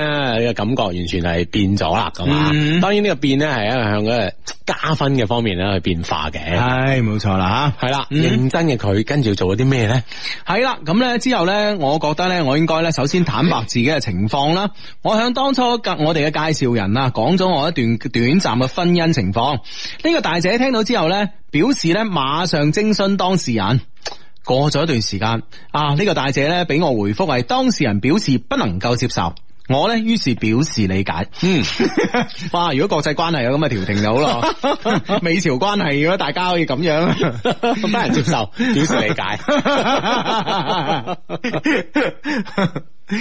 嘅感覺完全係變咗啦咁啊嗯！當然呢個變咧係一向嘅加分嘅方面咧去變化嘅。係冇錯啦係啦，嗯認真嘅佢跟住要做咗啲咩咧？吓，係啦，咁咧之後咧，我覺得咧，我應該咧首先坦白自己嘅情況啦。我向當初介我哋嘅介紹人啊，講咗我一段短暫嘅婚姻情況。呢、個大姐聽到之後咧，表示咧馬上徵詢當事人。過咗一段時間，啊呢、個大姐咧俾我回覆係當事人表示不能夠接受。我咧，於是表示理解。嗯， 哇！如果國際關係有咁嘅調停就好 咯，美朝關係如果大家可以咁樣，咁得人接受，表示 理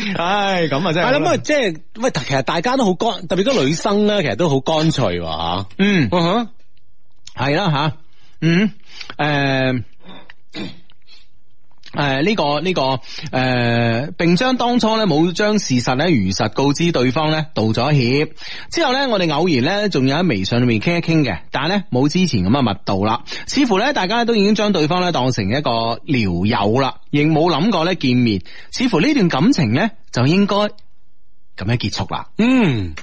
解。唉，咁啊真係係。啦，咁啊，即係喂，其實大家都好乾，特別嗰女生咧，其實都好乾脆喎吓。嗯，係啦吓，嗯，诶、诶，呢、個呢、個诶、並將當初咧冇將事實咧如實告知對方咧道咗歉。之後咧，我哋偶然咧仲有喺微信裏面傾一傾嘅，但係咧冇之前咁嘅密度啦。似乎咧大家都已經將對方咧當成一個聊友啦，亦冇諗過咧見面。似乎呢段感情咧就應該咁樣結束啦。嗯，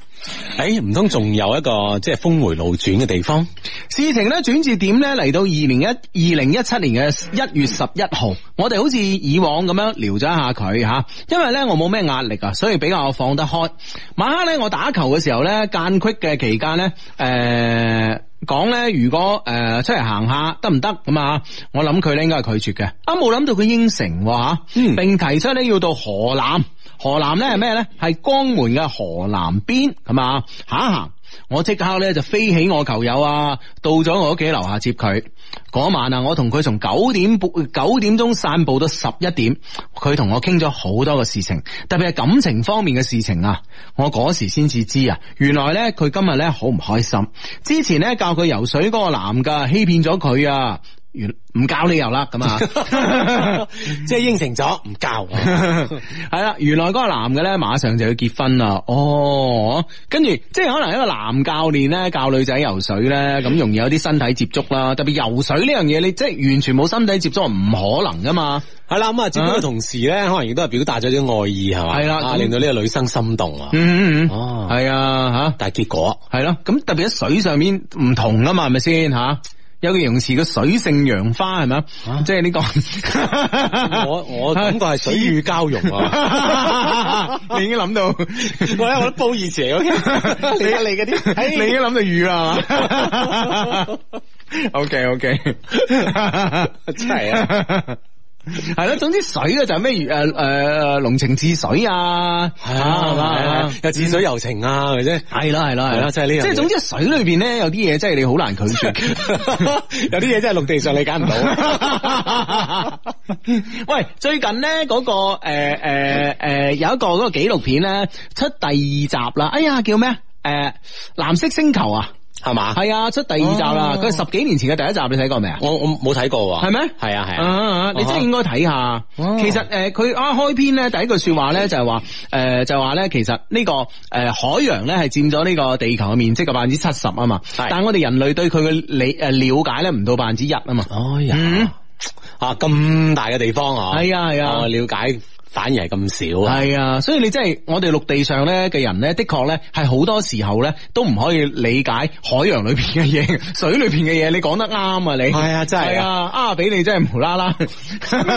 誒，唔通仲有一個即係峰回路轉嘅地方？事情咧轉折點咧嚟到二零一二零一七年嘅一月十一號，我哋好似以往咁樣聊咗一下佢吓，因為咧我冇咩壓力啊，所以比較放得開。晚黑咧我打球嘅時候咧間隙嘅期間咧，诶、講咧，如果诶、呃出嚟行下得唔得咁啊？我諗佢咧應該係拒絕嘅，啊冇諗到佢應承喎吓，嗯並提出咧要到河南，河南咧係咩咧？係江門嘅河南邊咁啊，行一行。我即刻咧就飛起我球友啊，到咗我屋企樓下接佢。嗰晚啊，我同佢從九點半九點鐘散步到十一點，佢同我傾咗好多嘅事情，特別係感情方面嘅事情啊。我嗰時先至知啊，原來咧佢今日咧好唔開心。之前咧教佢游水嗰個男噶欺騙咗佢啊，原唔教你游啦咁啊。即係應承咗唔教，系啦，原來嗰個男嘅咧，馬上就要結婚啦。哦，跟住即係可能一個男教練咧教女仔游水咧，咁容易有啲身體接觸啦。特別游水呢樣嘢，你即係完全冇身體接觸，唔可能噶嘛。係啦，咁啊，只不過同時咧，可能亦都係表達咗啲愛意，係嘛？係啦啊咁令到呢個女生心動啊。嗯嗯哦係啊吓。但係結果，系咯，咁特別喺水上面唔同噶嘛，係咪先吓？有個形容詞叫水性楊花係咪啊？即係呢個我我啊感覺係水乳交融啊。 你已經諗到，我咧，我都褒義詞嚟 嘅，你嘅你嘅啲，哎啊你已經諗到 魚啦係嘛？OK OK，真係啊！系咯，總之水嘅就係咩魚诶诶濃情似水啊，係啊，係嘛，又似水柔情啊，係咪啫？系啦系啦係啦即係呢樣嘢即係總之水裏边咧有啲嘢真係你好難拒 絕。有啲嘢真係陸地上理解唔 到。啊喂，最近咧嗰、個诶诶诶有一個嗰個紀錄片咧出第二集啦，哎呀叫咩？诶、藍色星球啊，係嘛？係啊，出第二集啦，哦佢、十幾年前嘅第一集你睇過未啊？我我冇睇過喎。係咩係啊係啊啊。啊你真係應該睇下。哦其實誒，佢啊開篇咧第一句説話咧就係話誒，就係話咧其實呢個誒海洋咧係佔咗呢個地球嘅面積嘅百分之七十啊嘛。係但係我哋人類對佢嘅理誒了解咧唔到百分之一啊嘛。哎嗯呀，啊咁大嘅地方啊，係啊係啊我了解反而係咁少啊。係啊，所以你真係我哋陸地上咧嘅人咧，的確咧係好多時候咧都唔可以理解海洋裏邊嘅嘢、水裏邊嘅嘢。你講得啱啊，你係啊真係啊係啊，啊俾你真係無 啦啦，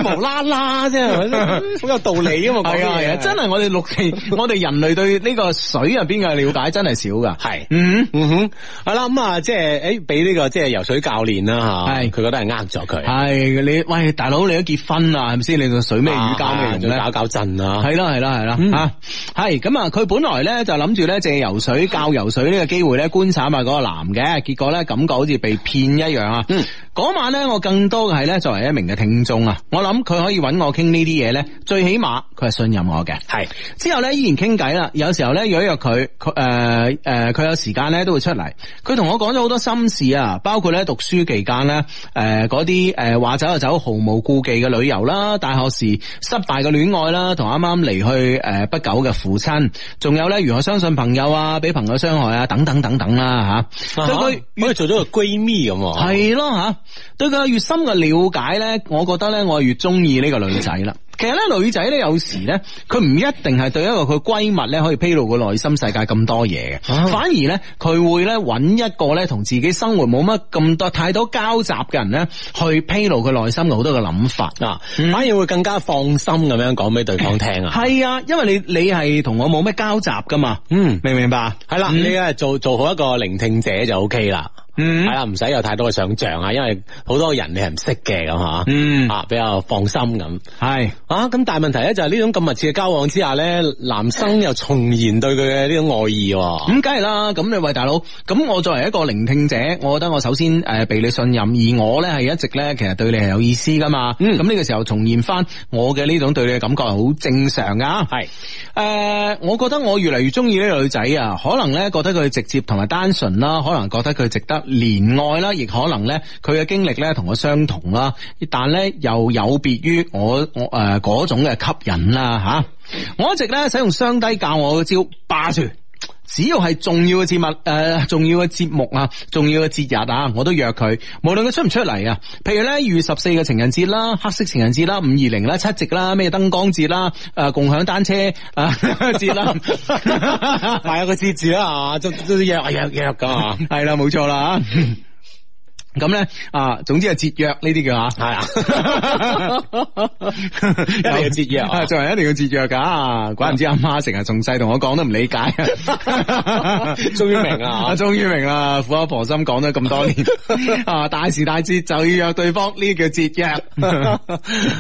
無啦啦啫，好有道理啊嘛系啊講啲系嘢啊，真系我哋陸地， 我哋人類對呢個水入邊嘅了解真係少噶。係嗯，嗯哼，系啦，咁啊，即系诶，俾呢个即系游水教练啦吓，係佢覺得係呃咗佢，係你喂大佬，你都結婚啦，係咪先？你個水咩啊魚膠咩用仲咧？搞搞震啊，係啦係啦係啦嗯吓，係咁啊！佢本來咧就諗住咧借游水教游水呢個機會咧觀察下嗰個男嘅，結果咧感覺好似被騙一樣啊！嗯嗰晚咧我更多嘅係咧作為一名嘅聽眾啊，我諗佢可以揾我傾呢啲嘢咧，最起碼佢係信任我嘅。係之後咧依然傾偈啦，有時候咧約一約佢，佢誒誒佢有時間咧都會出嚟。佢同我講咗好多心事啊，包括咧讀書期間咧誒嗰啲誒話走就走，毫無顧忌嘅旅遊啦，大學時失敗嘅戀愛啦，同啱啱離去誒不久嘅父親，仲有咧如何相信朋友啊，俾朋友傷害啊，等等等等啦嚇。對佢我哋做咗個閨蜜咁哦喎， 係咯吓，對佢有越深嘅了解咧，我覺得咧我係越中意呢個女仔啦。其實咧，女仔咧有時咧，佢唔一定係對一個佢閨蜜咧可以披露佢內心世界咁多嘢嘅，啊反而咧佢會咧揾一個咧同自己生活冇乜咁多太多交集嘅人咧，去披露佢內心嘅好多嘅諗法。啊，嗯反而會更加放心咁樣講俾對方聽啊。係啊，因為你你係同我冇咩交集噶嘛，嗯，明唔明白？係啦，嗯你啊做做好一個聆聽者就 O K 啦。嗯係啦，唔使有太多嘅想像啊，因為好多人你係唔識嘅咁吓，嗯啊比較放心咁。係。啊，咁但係問題咧就係呢種咁密切嘅交往之下咧，男生又重燃對佢嘅呢種愛意喎。咁梗係啦，咁你喂大佬，咁我作為一個聆聽者，我覺得我首先诶被你信任，而我咧係一直咧其實對你係有意思噶嘛，嗯咁呢個時候重現翻我嘅呢種對你嘅感覺係好正常噶，係诶、我覺得我越嚟越中意呢個女仔啊，可能咧覺得佢直接同埋單純啦，可能覺得佢值得憐愛啦，亦可能咧佢嘅經歷咧同我相同啦，但咧又有別於我我诶嗰、種嘅吸引啦吓、我一直咧使用雙低教我嘅招霸住。只要係重要嘅節目，诶、重要嘅節目啊，重要嘅節日啊，我都約佢，無論佢出唔出嚟啊。譬如咧，二月十四嘅情人節啦，黑色情人節啦，五二零啦，七夕啦，咩燈光節啦，诶、共享單車啊 節啦，係有個節字啦，都都約約約噶 嘛。係啦，冇錯啦啊咁咧啊，總之係節約呢啲叫啊。係 啊，一定要節約啊啊 做人一定要節約噶，怪唔知阿媽成日從細同我講都唔理解， 終於明啦 啊終於明啦，苦口婆心講咗咁多 年，啊大時大節就要約對方，呢叫節 約，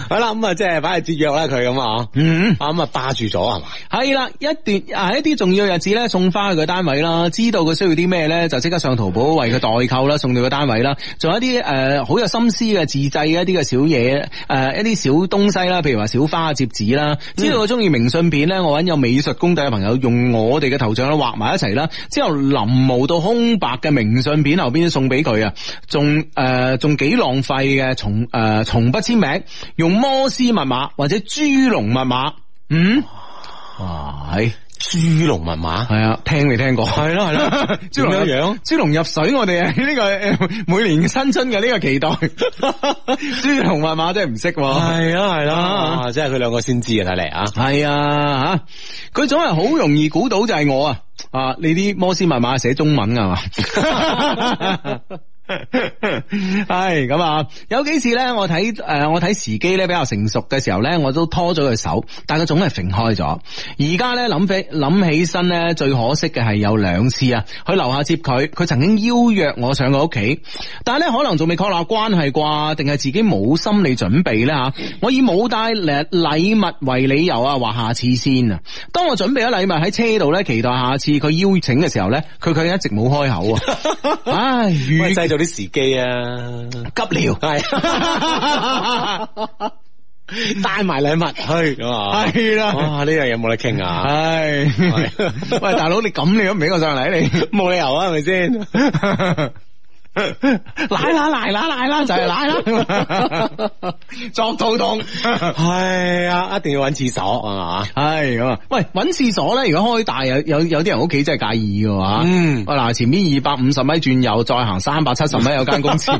好啦，咁啊即係反正節約啦佢咁啊，嗯。啊咁啊霸住咗係嘛？系啦，一段啊一啲重要日子咧，送花去佢單位啦，知道佢需要啲咩咧，就即刻上淘寶為佢代購啦，送到佢單位啦。仲有一啲诶好有心思嘅自製一啲嘅小嘢，诶、一啲小東西啦，譬如話小花折紙啦，知道佢中意明信片咧，我揾有美術工底嘅朋友用我哋嘅頭像咧畫埋一齊啦，之後臨摹到空白嘅明信片後邊送俾佢啊，仲诶仲幾浪費嘅，從诶從不簽名，用摩斯密碼或者豬籠密碼，嗯。系啊豬籠密碼系啊，聽未聽過？系咯系咯，豬籠點樣入樣豬籠入水，我哋係呢個呃每年新春嘅呢個期待，豬籠密碼真係唔識喎。係啦係啊啦，即係佢兩個先知啊睇嚟啊。係啊，吓佢總係好容易估到就係我啊！啊，你啲摩斯密碼係寫中文啊噶嘛？ 系咁啊！有幾次咧，我睇诶、呃我睇時機咧比較成熟嘅時候咧，我都拖咗佢手，但佢總係揈開咗。而家咧諗起諗起身咧，最可惜嘅係有兩次啊，去樓下接佢，佢曾經邀約我上佢屋企，但係咧可能仲未確立關係啩，定係自己冇心理準備咧吓。我以冇帶禮禮物為理由啊，話下次先啊。當我準備咗禮物喺車度咧，期待下次佢邀請嘅時候咧，佢佢一直冇開口啊，唉，喂，預製造啲時機啊！急尿。 係帶埋禮物去 咁啊！係啦哇！呢樣嘢冇得傾啊！ 唉，哎喂，大佬你咁你都唔俾我上嚟，你冇理由啊，係咪 先？奶啦奶啦奶啦就係奶啦， 作肚痛。係啊，一定要揾廁所啊嘛！係咁啊！喂，搵廁所咧，如果開大有有有啲人屋企真係介意嘅話，嗯啊嗱，前面二百五十米轉右，再行三百七十米有間 公司，咁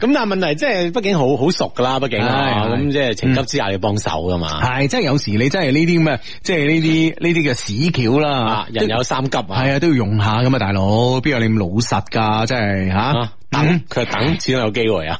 但係問題即係，畢竟好好熟噶啦，畢竟啊，係係嗯咁即係情急之下你要幫手噶嘛。係真係有時你真係呢啲咩，即係呢啲呢啲嘅屎橋啦啊，，人有三急啊，系啊都要用下噶嘛，大佬邊有你咁老實㗎？真係吓。啊，等佢等，始終有機會啊。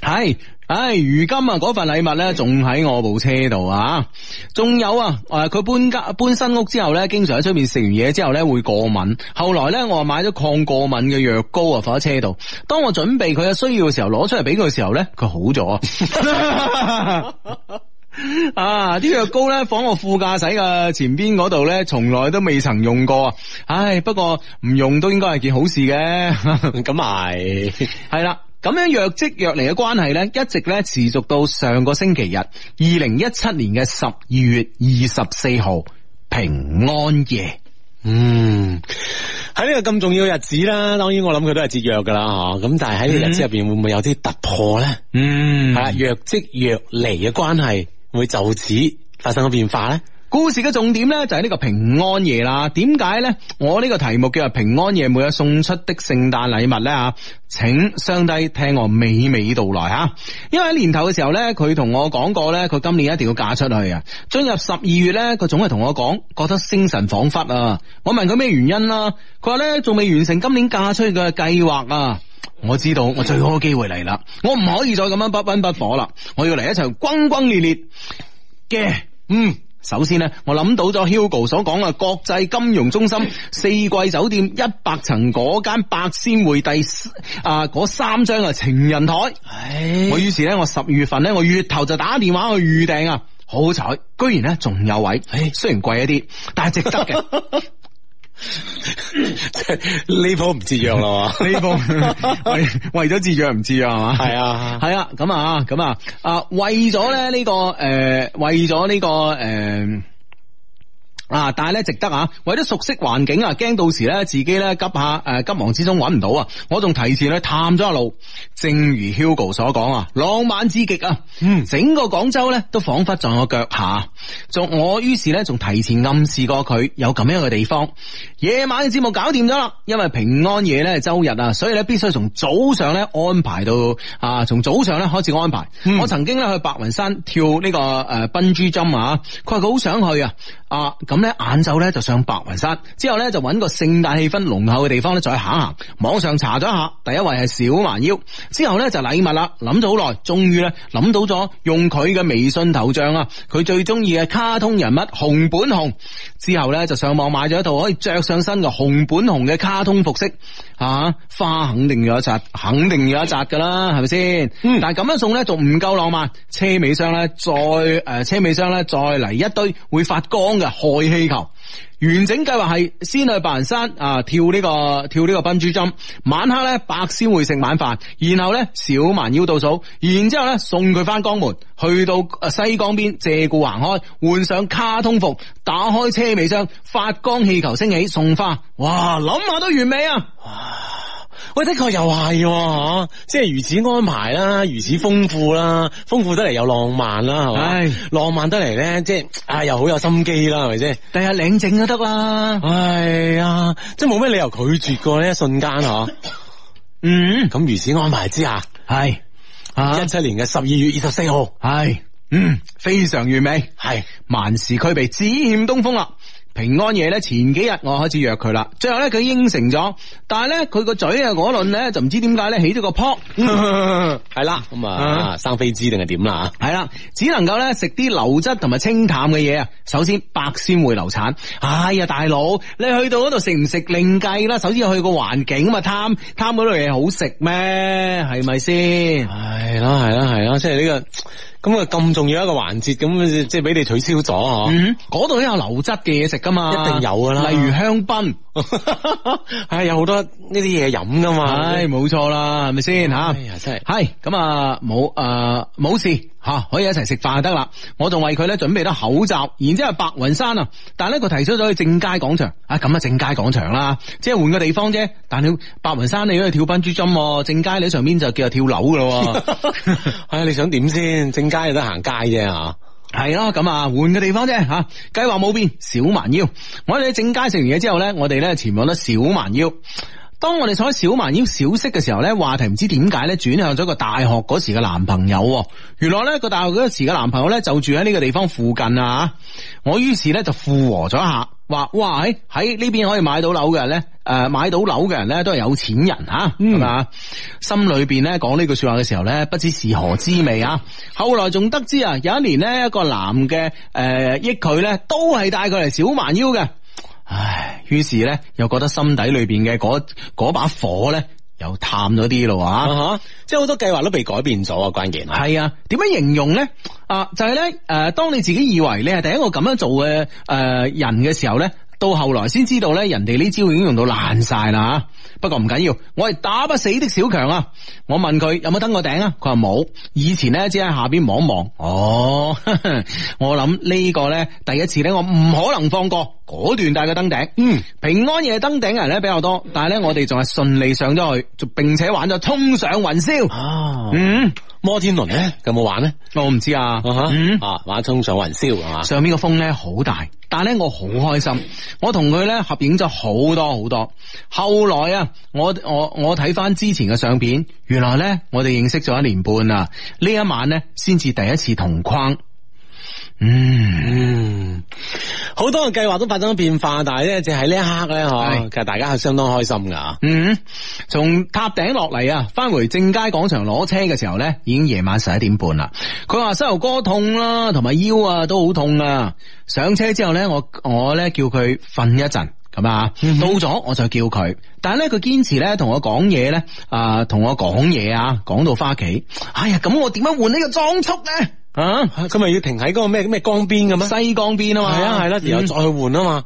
系，唉，如今啊，嗰份禮物咧，仲喺我部車度啊，仲有啊，诶、佢搬家搬新屋之後咧，經常喺出面食完嘢之後咧會過敏，後來咧我啊買咗抗過敏嘅藥膏啊，放喺車度。當我準備佢嘅需要嘅時候，攞出嚟俾佢嘅時候咧，佢好咗。 啊！啲藥膏咧放我副駕駛嘅前邊嗰度咧，從來都未曾用過啊！唉，不過唔用都應該係件好事嘅。咁係系啦。咁樣若即若離嘅關係咧，一直咧持續到上個星期日，二零一七年嘅十二月二十四號平安夜。嗯，喺呢個咁重要嘅日子啦，當然我諗佢都係節約噶啦吓。咁但係喺呢個日子入边，會唔會有啲突破咧？嗯系啦，若即若離嘅關係會就此發生咗變化咧？故事嘅重點咧就係呢個平安夜啦。點解咧？我呢個題目叫做平安夜每日送出的聖誕禮物咧吓，請相低聽我娓娓道來吓。因為喺年頭嘅時候咧，佢同我講過咧，佢今年一定要嫁出去啊。進入十二月咧，佢總係同我講，覺得精神恍惚啊。我問佢咩原因啦，佢話咧仲未完成今年嫁出去嘅計劃啊。我知道我最好嘅機會嚟啦，我唔可以再咁樣不溫不火啦，我要嚟一場轟轟烈烈嘅，嗯。首先呢，我諗到咗 Hugo 所講嘅國際金融中心四季酒店一百層嗰間百仙匯第四啊嗰三張嘅情人台，我於是呢，我十月份呢，我月頭就打電話去預訂啊，好彩居然呢仲有位，雖然貴一啲，但係值得嘅。即係呢鋪唔節約哦 啦，呢個為為咗自虐唔自虐係嘛？係啊系啊，咁啊，咁啊，啊，为咗咧呢個诶、為咗呢、個个诶。啊！但係咧值得啊，為咗熟悉環境啊，驚到時咧自己咧急下诶、急忙之中揾唔到啊，我仲提前去探咗下路。正如 Hugo 所講啊，浪漫之極啊，嗯，整個廣州咧都彷彿在我腳下。仲我於是咧仲提前暗示過佢有咁樣嘅地方。夜晚嘅節目搞掂咗啦，因為平安夜咧係周日啊，所以咧必須從早上咧安排到啊，從早上咧開始安排。我曾經咧去白雲山跳呢、個诶賓珠針啊，佢話佢好想去啊，啊咁咧晏晝咧就上白雲山，之後咧就揾個聖誕氣氛濃厚嘅地方咧再行一行。網上查咗一下，第一位係小蠻腰，之後咧就禮物啦，諗咗好耐，終於咧諗到咗用佢嘅微信頭像啊，佢最中意嘅卡通人物熊本熊，之後咧就上網買咗一套可以着上身嘅熊本熊嘅卡通服飾啊，花肯定有一扎，肯定有一扎噶啦，係咪先？嗯但係咁樣送咧仲唔夠浪漫，車尾箱咧再诶、呃車尾箱咧再嚟一堆會發光嘅氦氣球。完整計劃係先去白雲山啊，跳呢、個跳呢個賓珠針，晚黑咧白先會食晚飯，然後咧小蠻腰倒數，然之後咧送佢翻江門，去到呃西江邊借故行開，換上卡通服，打開車尾箱，發光氣球升起，送花，哇諗下都完美啊！喂，的確又係喎，即係如此安排啦，如此豐富啦，豐富得嚟又浪漫啦，係唉咪？浪漫得嚟咧，即係啊，又好有心機啦，係咪先？第日領證都得啦，唉啊，即係冇咩理由拒絕過呢一瞬間 嗬。嗯，咁如此安排之下，係啊一，七年嘅十二月二十四號係，嗯，非常完美。係萬事俱備，只欠東風啦。平安夜咧，前幾日我開始約佢啦，最後咧佢應承咗，但係咧佢個嘴啊嗰輪咧就唔知點解咧起咗個泡，係啦，咁啊啊生飛枝定係點啦？係啦，只能夠咧食啲流質同埋清淡嘅嘢啊。首先白先會流產，哎呀大佬，你去到嗰度食唔食另計啦，首先要去個環境啊嘛，貪貪嗰類嘢好食咩？係咪先？係啦，係啦，係啦，即係呢個咁啊咁重要一個環節，咁即係俾你取消咗嗬。嗯，嗰度都有流質嘅嘢食噶嘛，一定有㗎啦例如香檳。 唉，有好多呢啲嘢飲噶嘛。唉，冇錯啦，係咪先吓？哎呀真啊係係咁啊，冇诶冇事吓、可以一齊食飯得啦。我仲為佢咧準備咗口罩，然之后白雲山啊，但系咧佢提出咗去正佳廣場啊，咁啊正佳廣場啦，即係換個地方啫。但你白雲山你都去跳賓珠針喎，正佳你喺上邊就叫做跳樓噶咯 喎。唉，哎你想點先？正街有得行街啫吓。系咯，咁啊，換個地方啫吓，计劃冇變，小蠻腰。我哋喺正佳食完嘢之後咧，我哋咧前往咗小蠻腰。當我哋坐喺小蠻腰小息嘅時候咧，話題唔知點解咧轉向咗個大學嗰時嘅男朋友喎。原來咧個大學嗰時嘅男朋友咧就住喺呢個地方附近啊。我於是咧就附和咗一下，話哇喺喺呢邊可以買到樓嘅人咧，诶、買到樓嘅人咧都係有錢人吓，係嘛、心裏邊咧講呢句说話嘅時候咧，不知是何滋味啊！後來仲得知啊，有一年咧，一個男嘅诶益佢咧，都係帶佢嚟小蠻腰嘅。唉，於是咧又覺得心底裏邊嘅嗰嗰把火咧又淡咗啲咯啊！啊哈，即係好多計劃都被改變咗啊！關鍵系啊，點樣形容咧？啊，就係呢，咧，诶，当你自己以為你係第一個咁樣做嘅诶、呃人嘅時候咧，到後來先知道咧，人哋呢招已經用到爛晒啦吓。不過唔緊要，我係打不死的小強啊！我問佢有冇登過頂啊？佢話冇，以前咧只喺下邊 望一望。哦，我諗呢個咧，第一次咧，我唔可能放過。嗰段帶嘅登頂。嗯，平安夜登頂人咧比較多，但係咧我哋仲係順利上咗去，就並且玩咗衝上雲霄。啊，嗯，摩天輪咧有冇玩咧？我唔知啊。啊嗯啊，玩衝上雲霄係嘛？上面個風咧好大，但係咧我好開心，我同佢咧合影咗好多好多。後來啊，我我我睇翻之前嘅相片，原來咧我哋認識咗一年半啦，呢一晚咧先至第一次同框。嗯，嗯，好多嘅計劃都發生咗變化，但係咧，就喺呢一刻咧，嗬，係其實大家係相當開心啊噶。嗯，從塔頂落嚟啊，翻回正佳廣場攞車嘅時候咧，已經夜晚十一點半啦。佢話膝頭哥痛啦，同埋腰啊都好痛啊。上車之後咧，我我咧叫佢瞓一陣。咁啊，嗯到咗我就叫佢，但係咧佢堅持咧同我講嘢咧，啊同我講嘢啊，講到翻屋企，哎呀，咁我點樣換呢個裝束咧？啊，佢咪要停喺嗰個咩咩江邊咁啊？西江邊啊嘛，係啊係啦，然後嗯再去換啊嘛。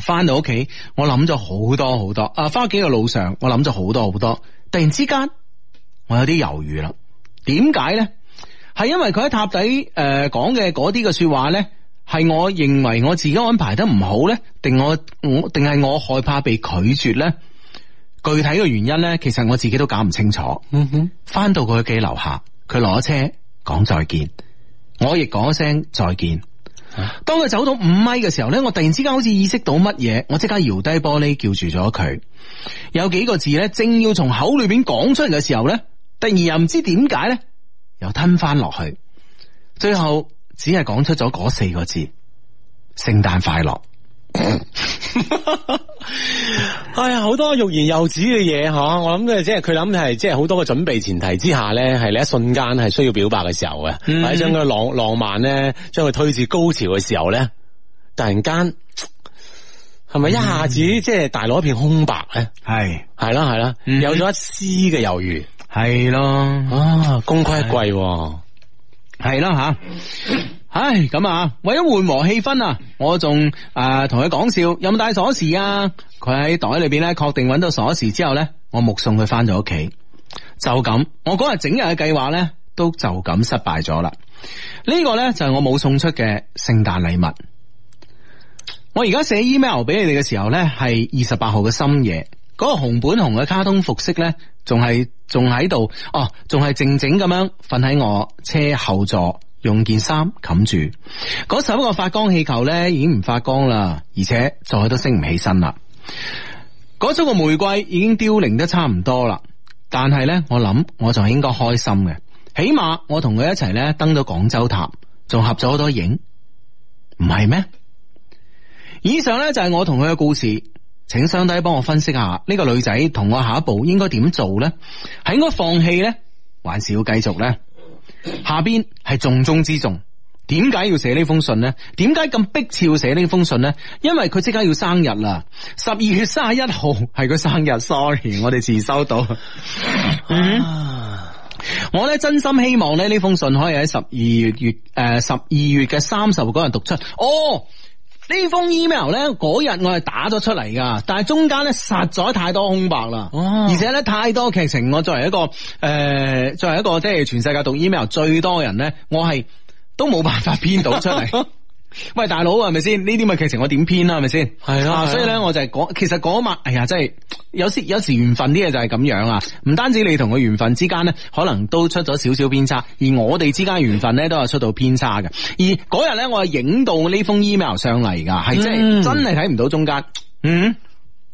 翻到屋企，我諗咗好多好多。啊，翻屋企嘅路上，我諗咗好多好多。突然之間，我有啲猶豫啦。點解咧？係因為佢喺塔底誒講嘅嗰啲嘅說話咧，係我認為我自己安排得唔好咧，定我我定係我害怕被拒絕咧？具體嘅原因咧，其實我自己都搞唔清楚。嗯哼，翻到佢屋企樓下，佢攞車講再見，我亦講一聲再見。當佢走到五米嘅時候咧，我突然之間好似意識到乜嘢，我即刻搖低玻璃叫住咗佢。有幾個字咧，正要從口裏邊講出嚟嘅時候咧，突然又唔知點解咧，又吞翻落去，最後只係講出咗嗰四個字：聖誕快樂。哎呀，好多欲言又止嘅嘢嗬，我諗咧，即係佢諗係即係好多嘅準備前提之下咧，係你一瞬間係需要表白嘅時候嘅，嗯或者將佢浪浪漫咧，將佢推至高潮嘅時候咧，突然間係咪一下子嗯即係大腦一片空白咧？係係啦係啦，嗯有咗一絲嘅猶豫。係咯。啊，功虧一簣喎。系啦吓。唉，咁啊，為咗緩和氣氛啊，我仲诶同佢講笑，有冇帶鎖匙啊？佢喺袋裏邊咧，確定揾到鎖匙之後咧，我目送佢翻咗屋企。就咁，我嗰日整日嘅計劃咧，都就咁失敗咗啦。呢、個咧就係我冇送出嘅聖誕禮物。我而家寫 email 俾你哋嘅時候咧，係二十八號嘅深夜，嗰、個紅本紅嘅卡通服飾咧，仲係仲喺度，哦，仲係靜靜咁樣瞓喺我車後座，用件衫冚住。嗰首個發光氣球咧已經唔發光啦，而且再都升唔起身啦。嗰束個玫瑰已經凋零得差唔多啦，但係咧，我諗我就應該開心嘅，起碼我同佢一齊咧登咗廣州塔，仲合咗好多影，唔係咩？以上咧就係我同佢嘅故事，請相低幫我分析下呢個女仔同我下一步應該點做咧？係應該放棄咧，還是要繼續咧？下邊係重中之重。點解要寫呢封信呢？點解咁逼切要寫呢封信呢？因為佢即刻要生日啦，十二月三十一號係佢生日，sorry，我哋遲收到。嗯啊我咧真心希望咧呢封信可以喺十二月月诶十二月嘅三十號嗰日讀出。哦，呢封 email 咧嗰日我係打咗出嚟噶，但係中間咧實在太多空白啦，哦而且咧太多劇情。我作為一個诶、呃作為一個即係全世界讀 email 最多人咧，我係都冇辦法編到 出嚟。喂，大佬係咪先？呢啲咪劇情我點編啊？係咪先？係咯係啊咯所以咧我就係講，其實嗰晚，哎呀，真係有時有時緣分啲嘢就係咁樣啊！唔單止你同佢緣分之間咧，可能都出咗少少偏差，而我哋之間緣分咧都有出到偏差嘅。而嗰日咧，我係影到呢封 email 上嚟㗎，係真係、嗯真係睇唔到中間。嗯。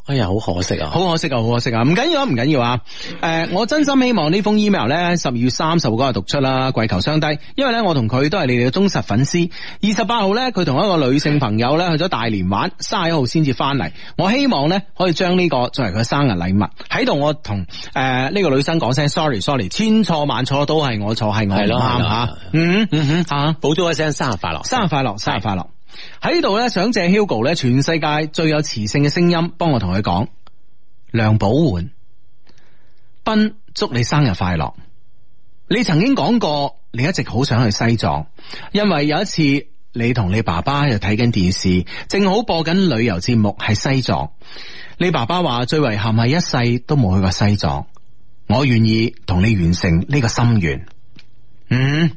哎呀，好可惜啊！好可惜啊，好可惜啊！唔緊要啊，唔緊要啊！誒、我真心希望呢封 email 咧，十二月三十號嗰日讀出啦，跪求相低，因為咧我同佢都係你哋嘅忠實粉絲。二十八號咧，佢同一個女性朋友咧去咗大連玩，三十一號先至翻嚟。我希望咧可以將呢個作為佢生日禮物喺度，我同誒呢個女生講聲 sorry，sorry，千錯萬錯都係我錯，係我唔係咯啱係咯嚇。嗯嗯哼嚇。啊補咗一聲生日快樂，生日快樂，生日快樂！喺呢度咧，想借 Hugo 咧，全世界最有磁性嘅聲音，幫我同佢講，梁寶媛，斌，祝你生日快樂！你曾經講過，你一直好想去西藏，因為有一次你同你爸爸又睇緊電視，正好播緊旅遊節目係西藏。你爸爸話最遺憾係一世都冇去過西藏。我願意同你完成呢個心願。嗯。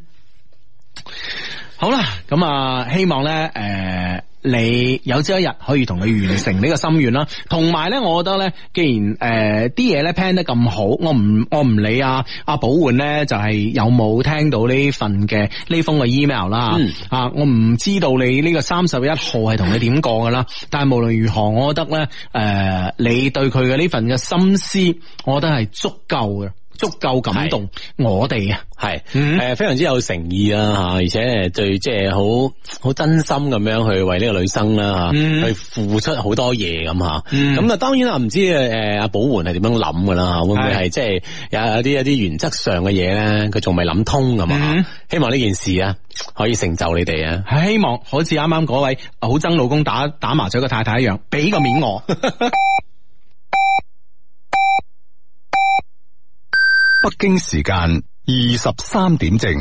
好啦，咁啊，希望咧，诶、你有朝一日可以同佢完成呢個心願啦。同埋咧，我覺得咧，既然誒啲嘢咧 plan 得咁好，我唔我唔理啊阿寶煥咧就係、有冇聽到呢份嘅呢封嘅 email 啦、嗯啊，我唔知道你呢個三十一號係同你點過噶啦，但係無論如何，我覺得咧誒、你對佢嘅呢份嘅心思，我覺得係足夠嘅。足夠感動我哋啊！系，诶、嗯非常之有誠意啊啦吓，而且對即係好好真心咁樣去為呢個女生啦吓，嗯去付出好多嘢咁吓。咁啊、嗯當然啦，唔知诶阿寶媛係點樣諗噶啦吓，會唔會係即係有有啲一啲原則上嘅嘢咧，佢仲未諗通咁啊、嗯希望呢件事啊可以成就你哋啊。係希望好似啱啱嗰位好憎老公打打麻雀嘅太太一樣，俾個面我。北京時間二十三點正。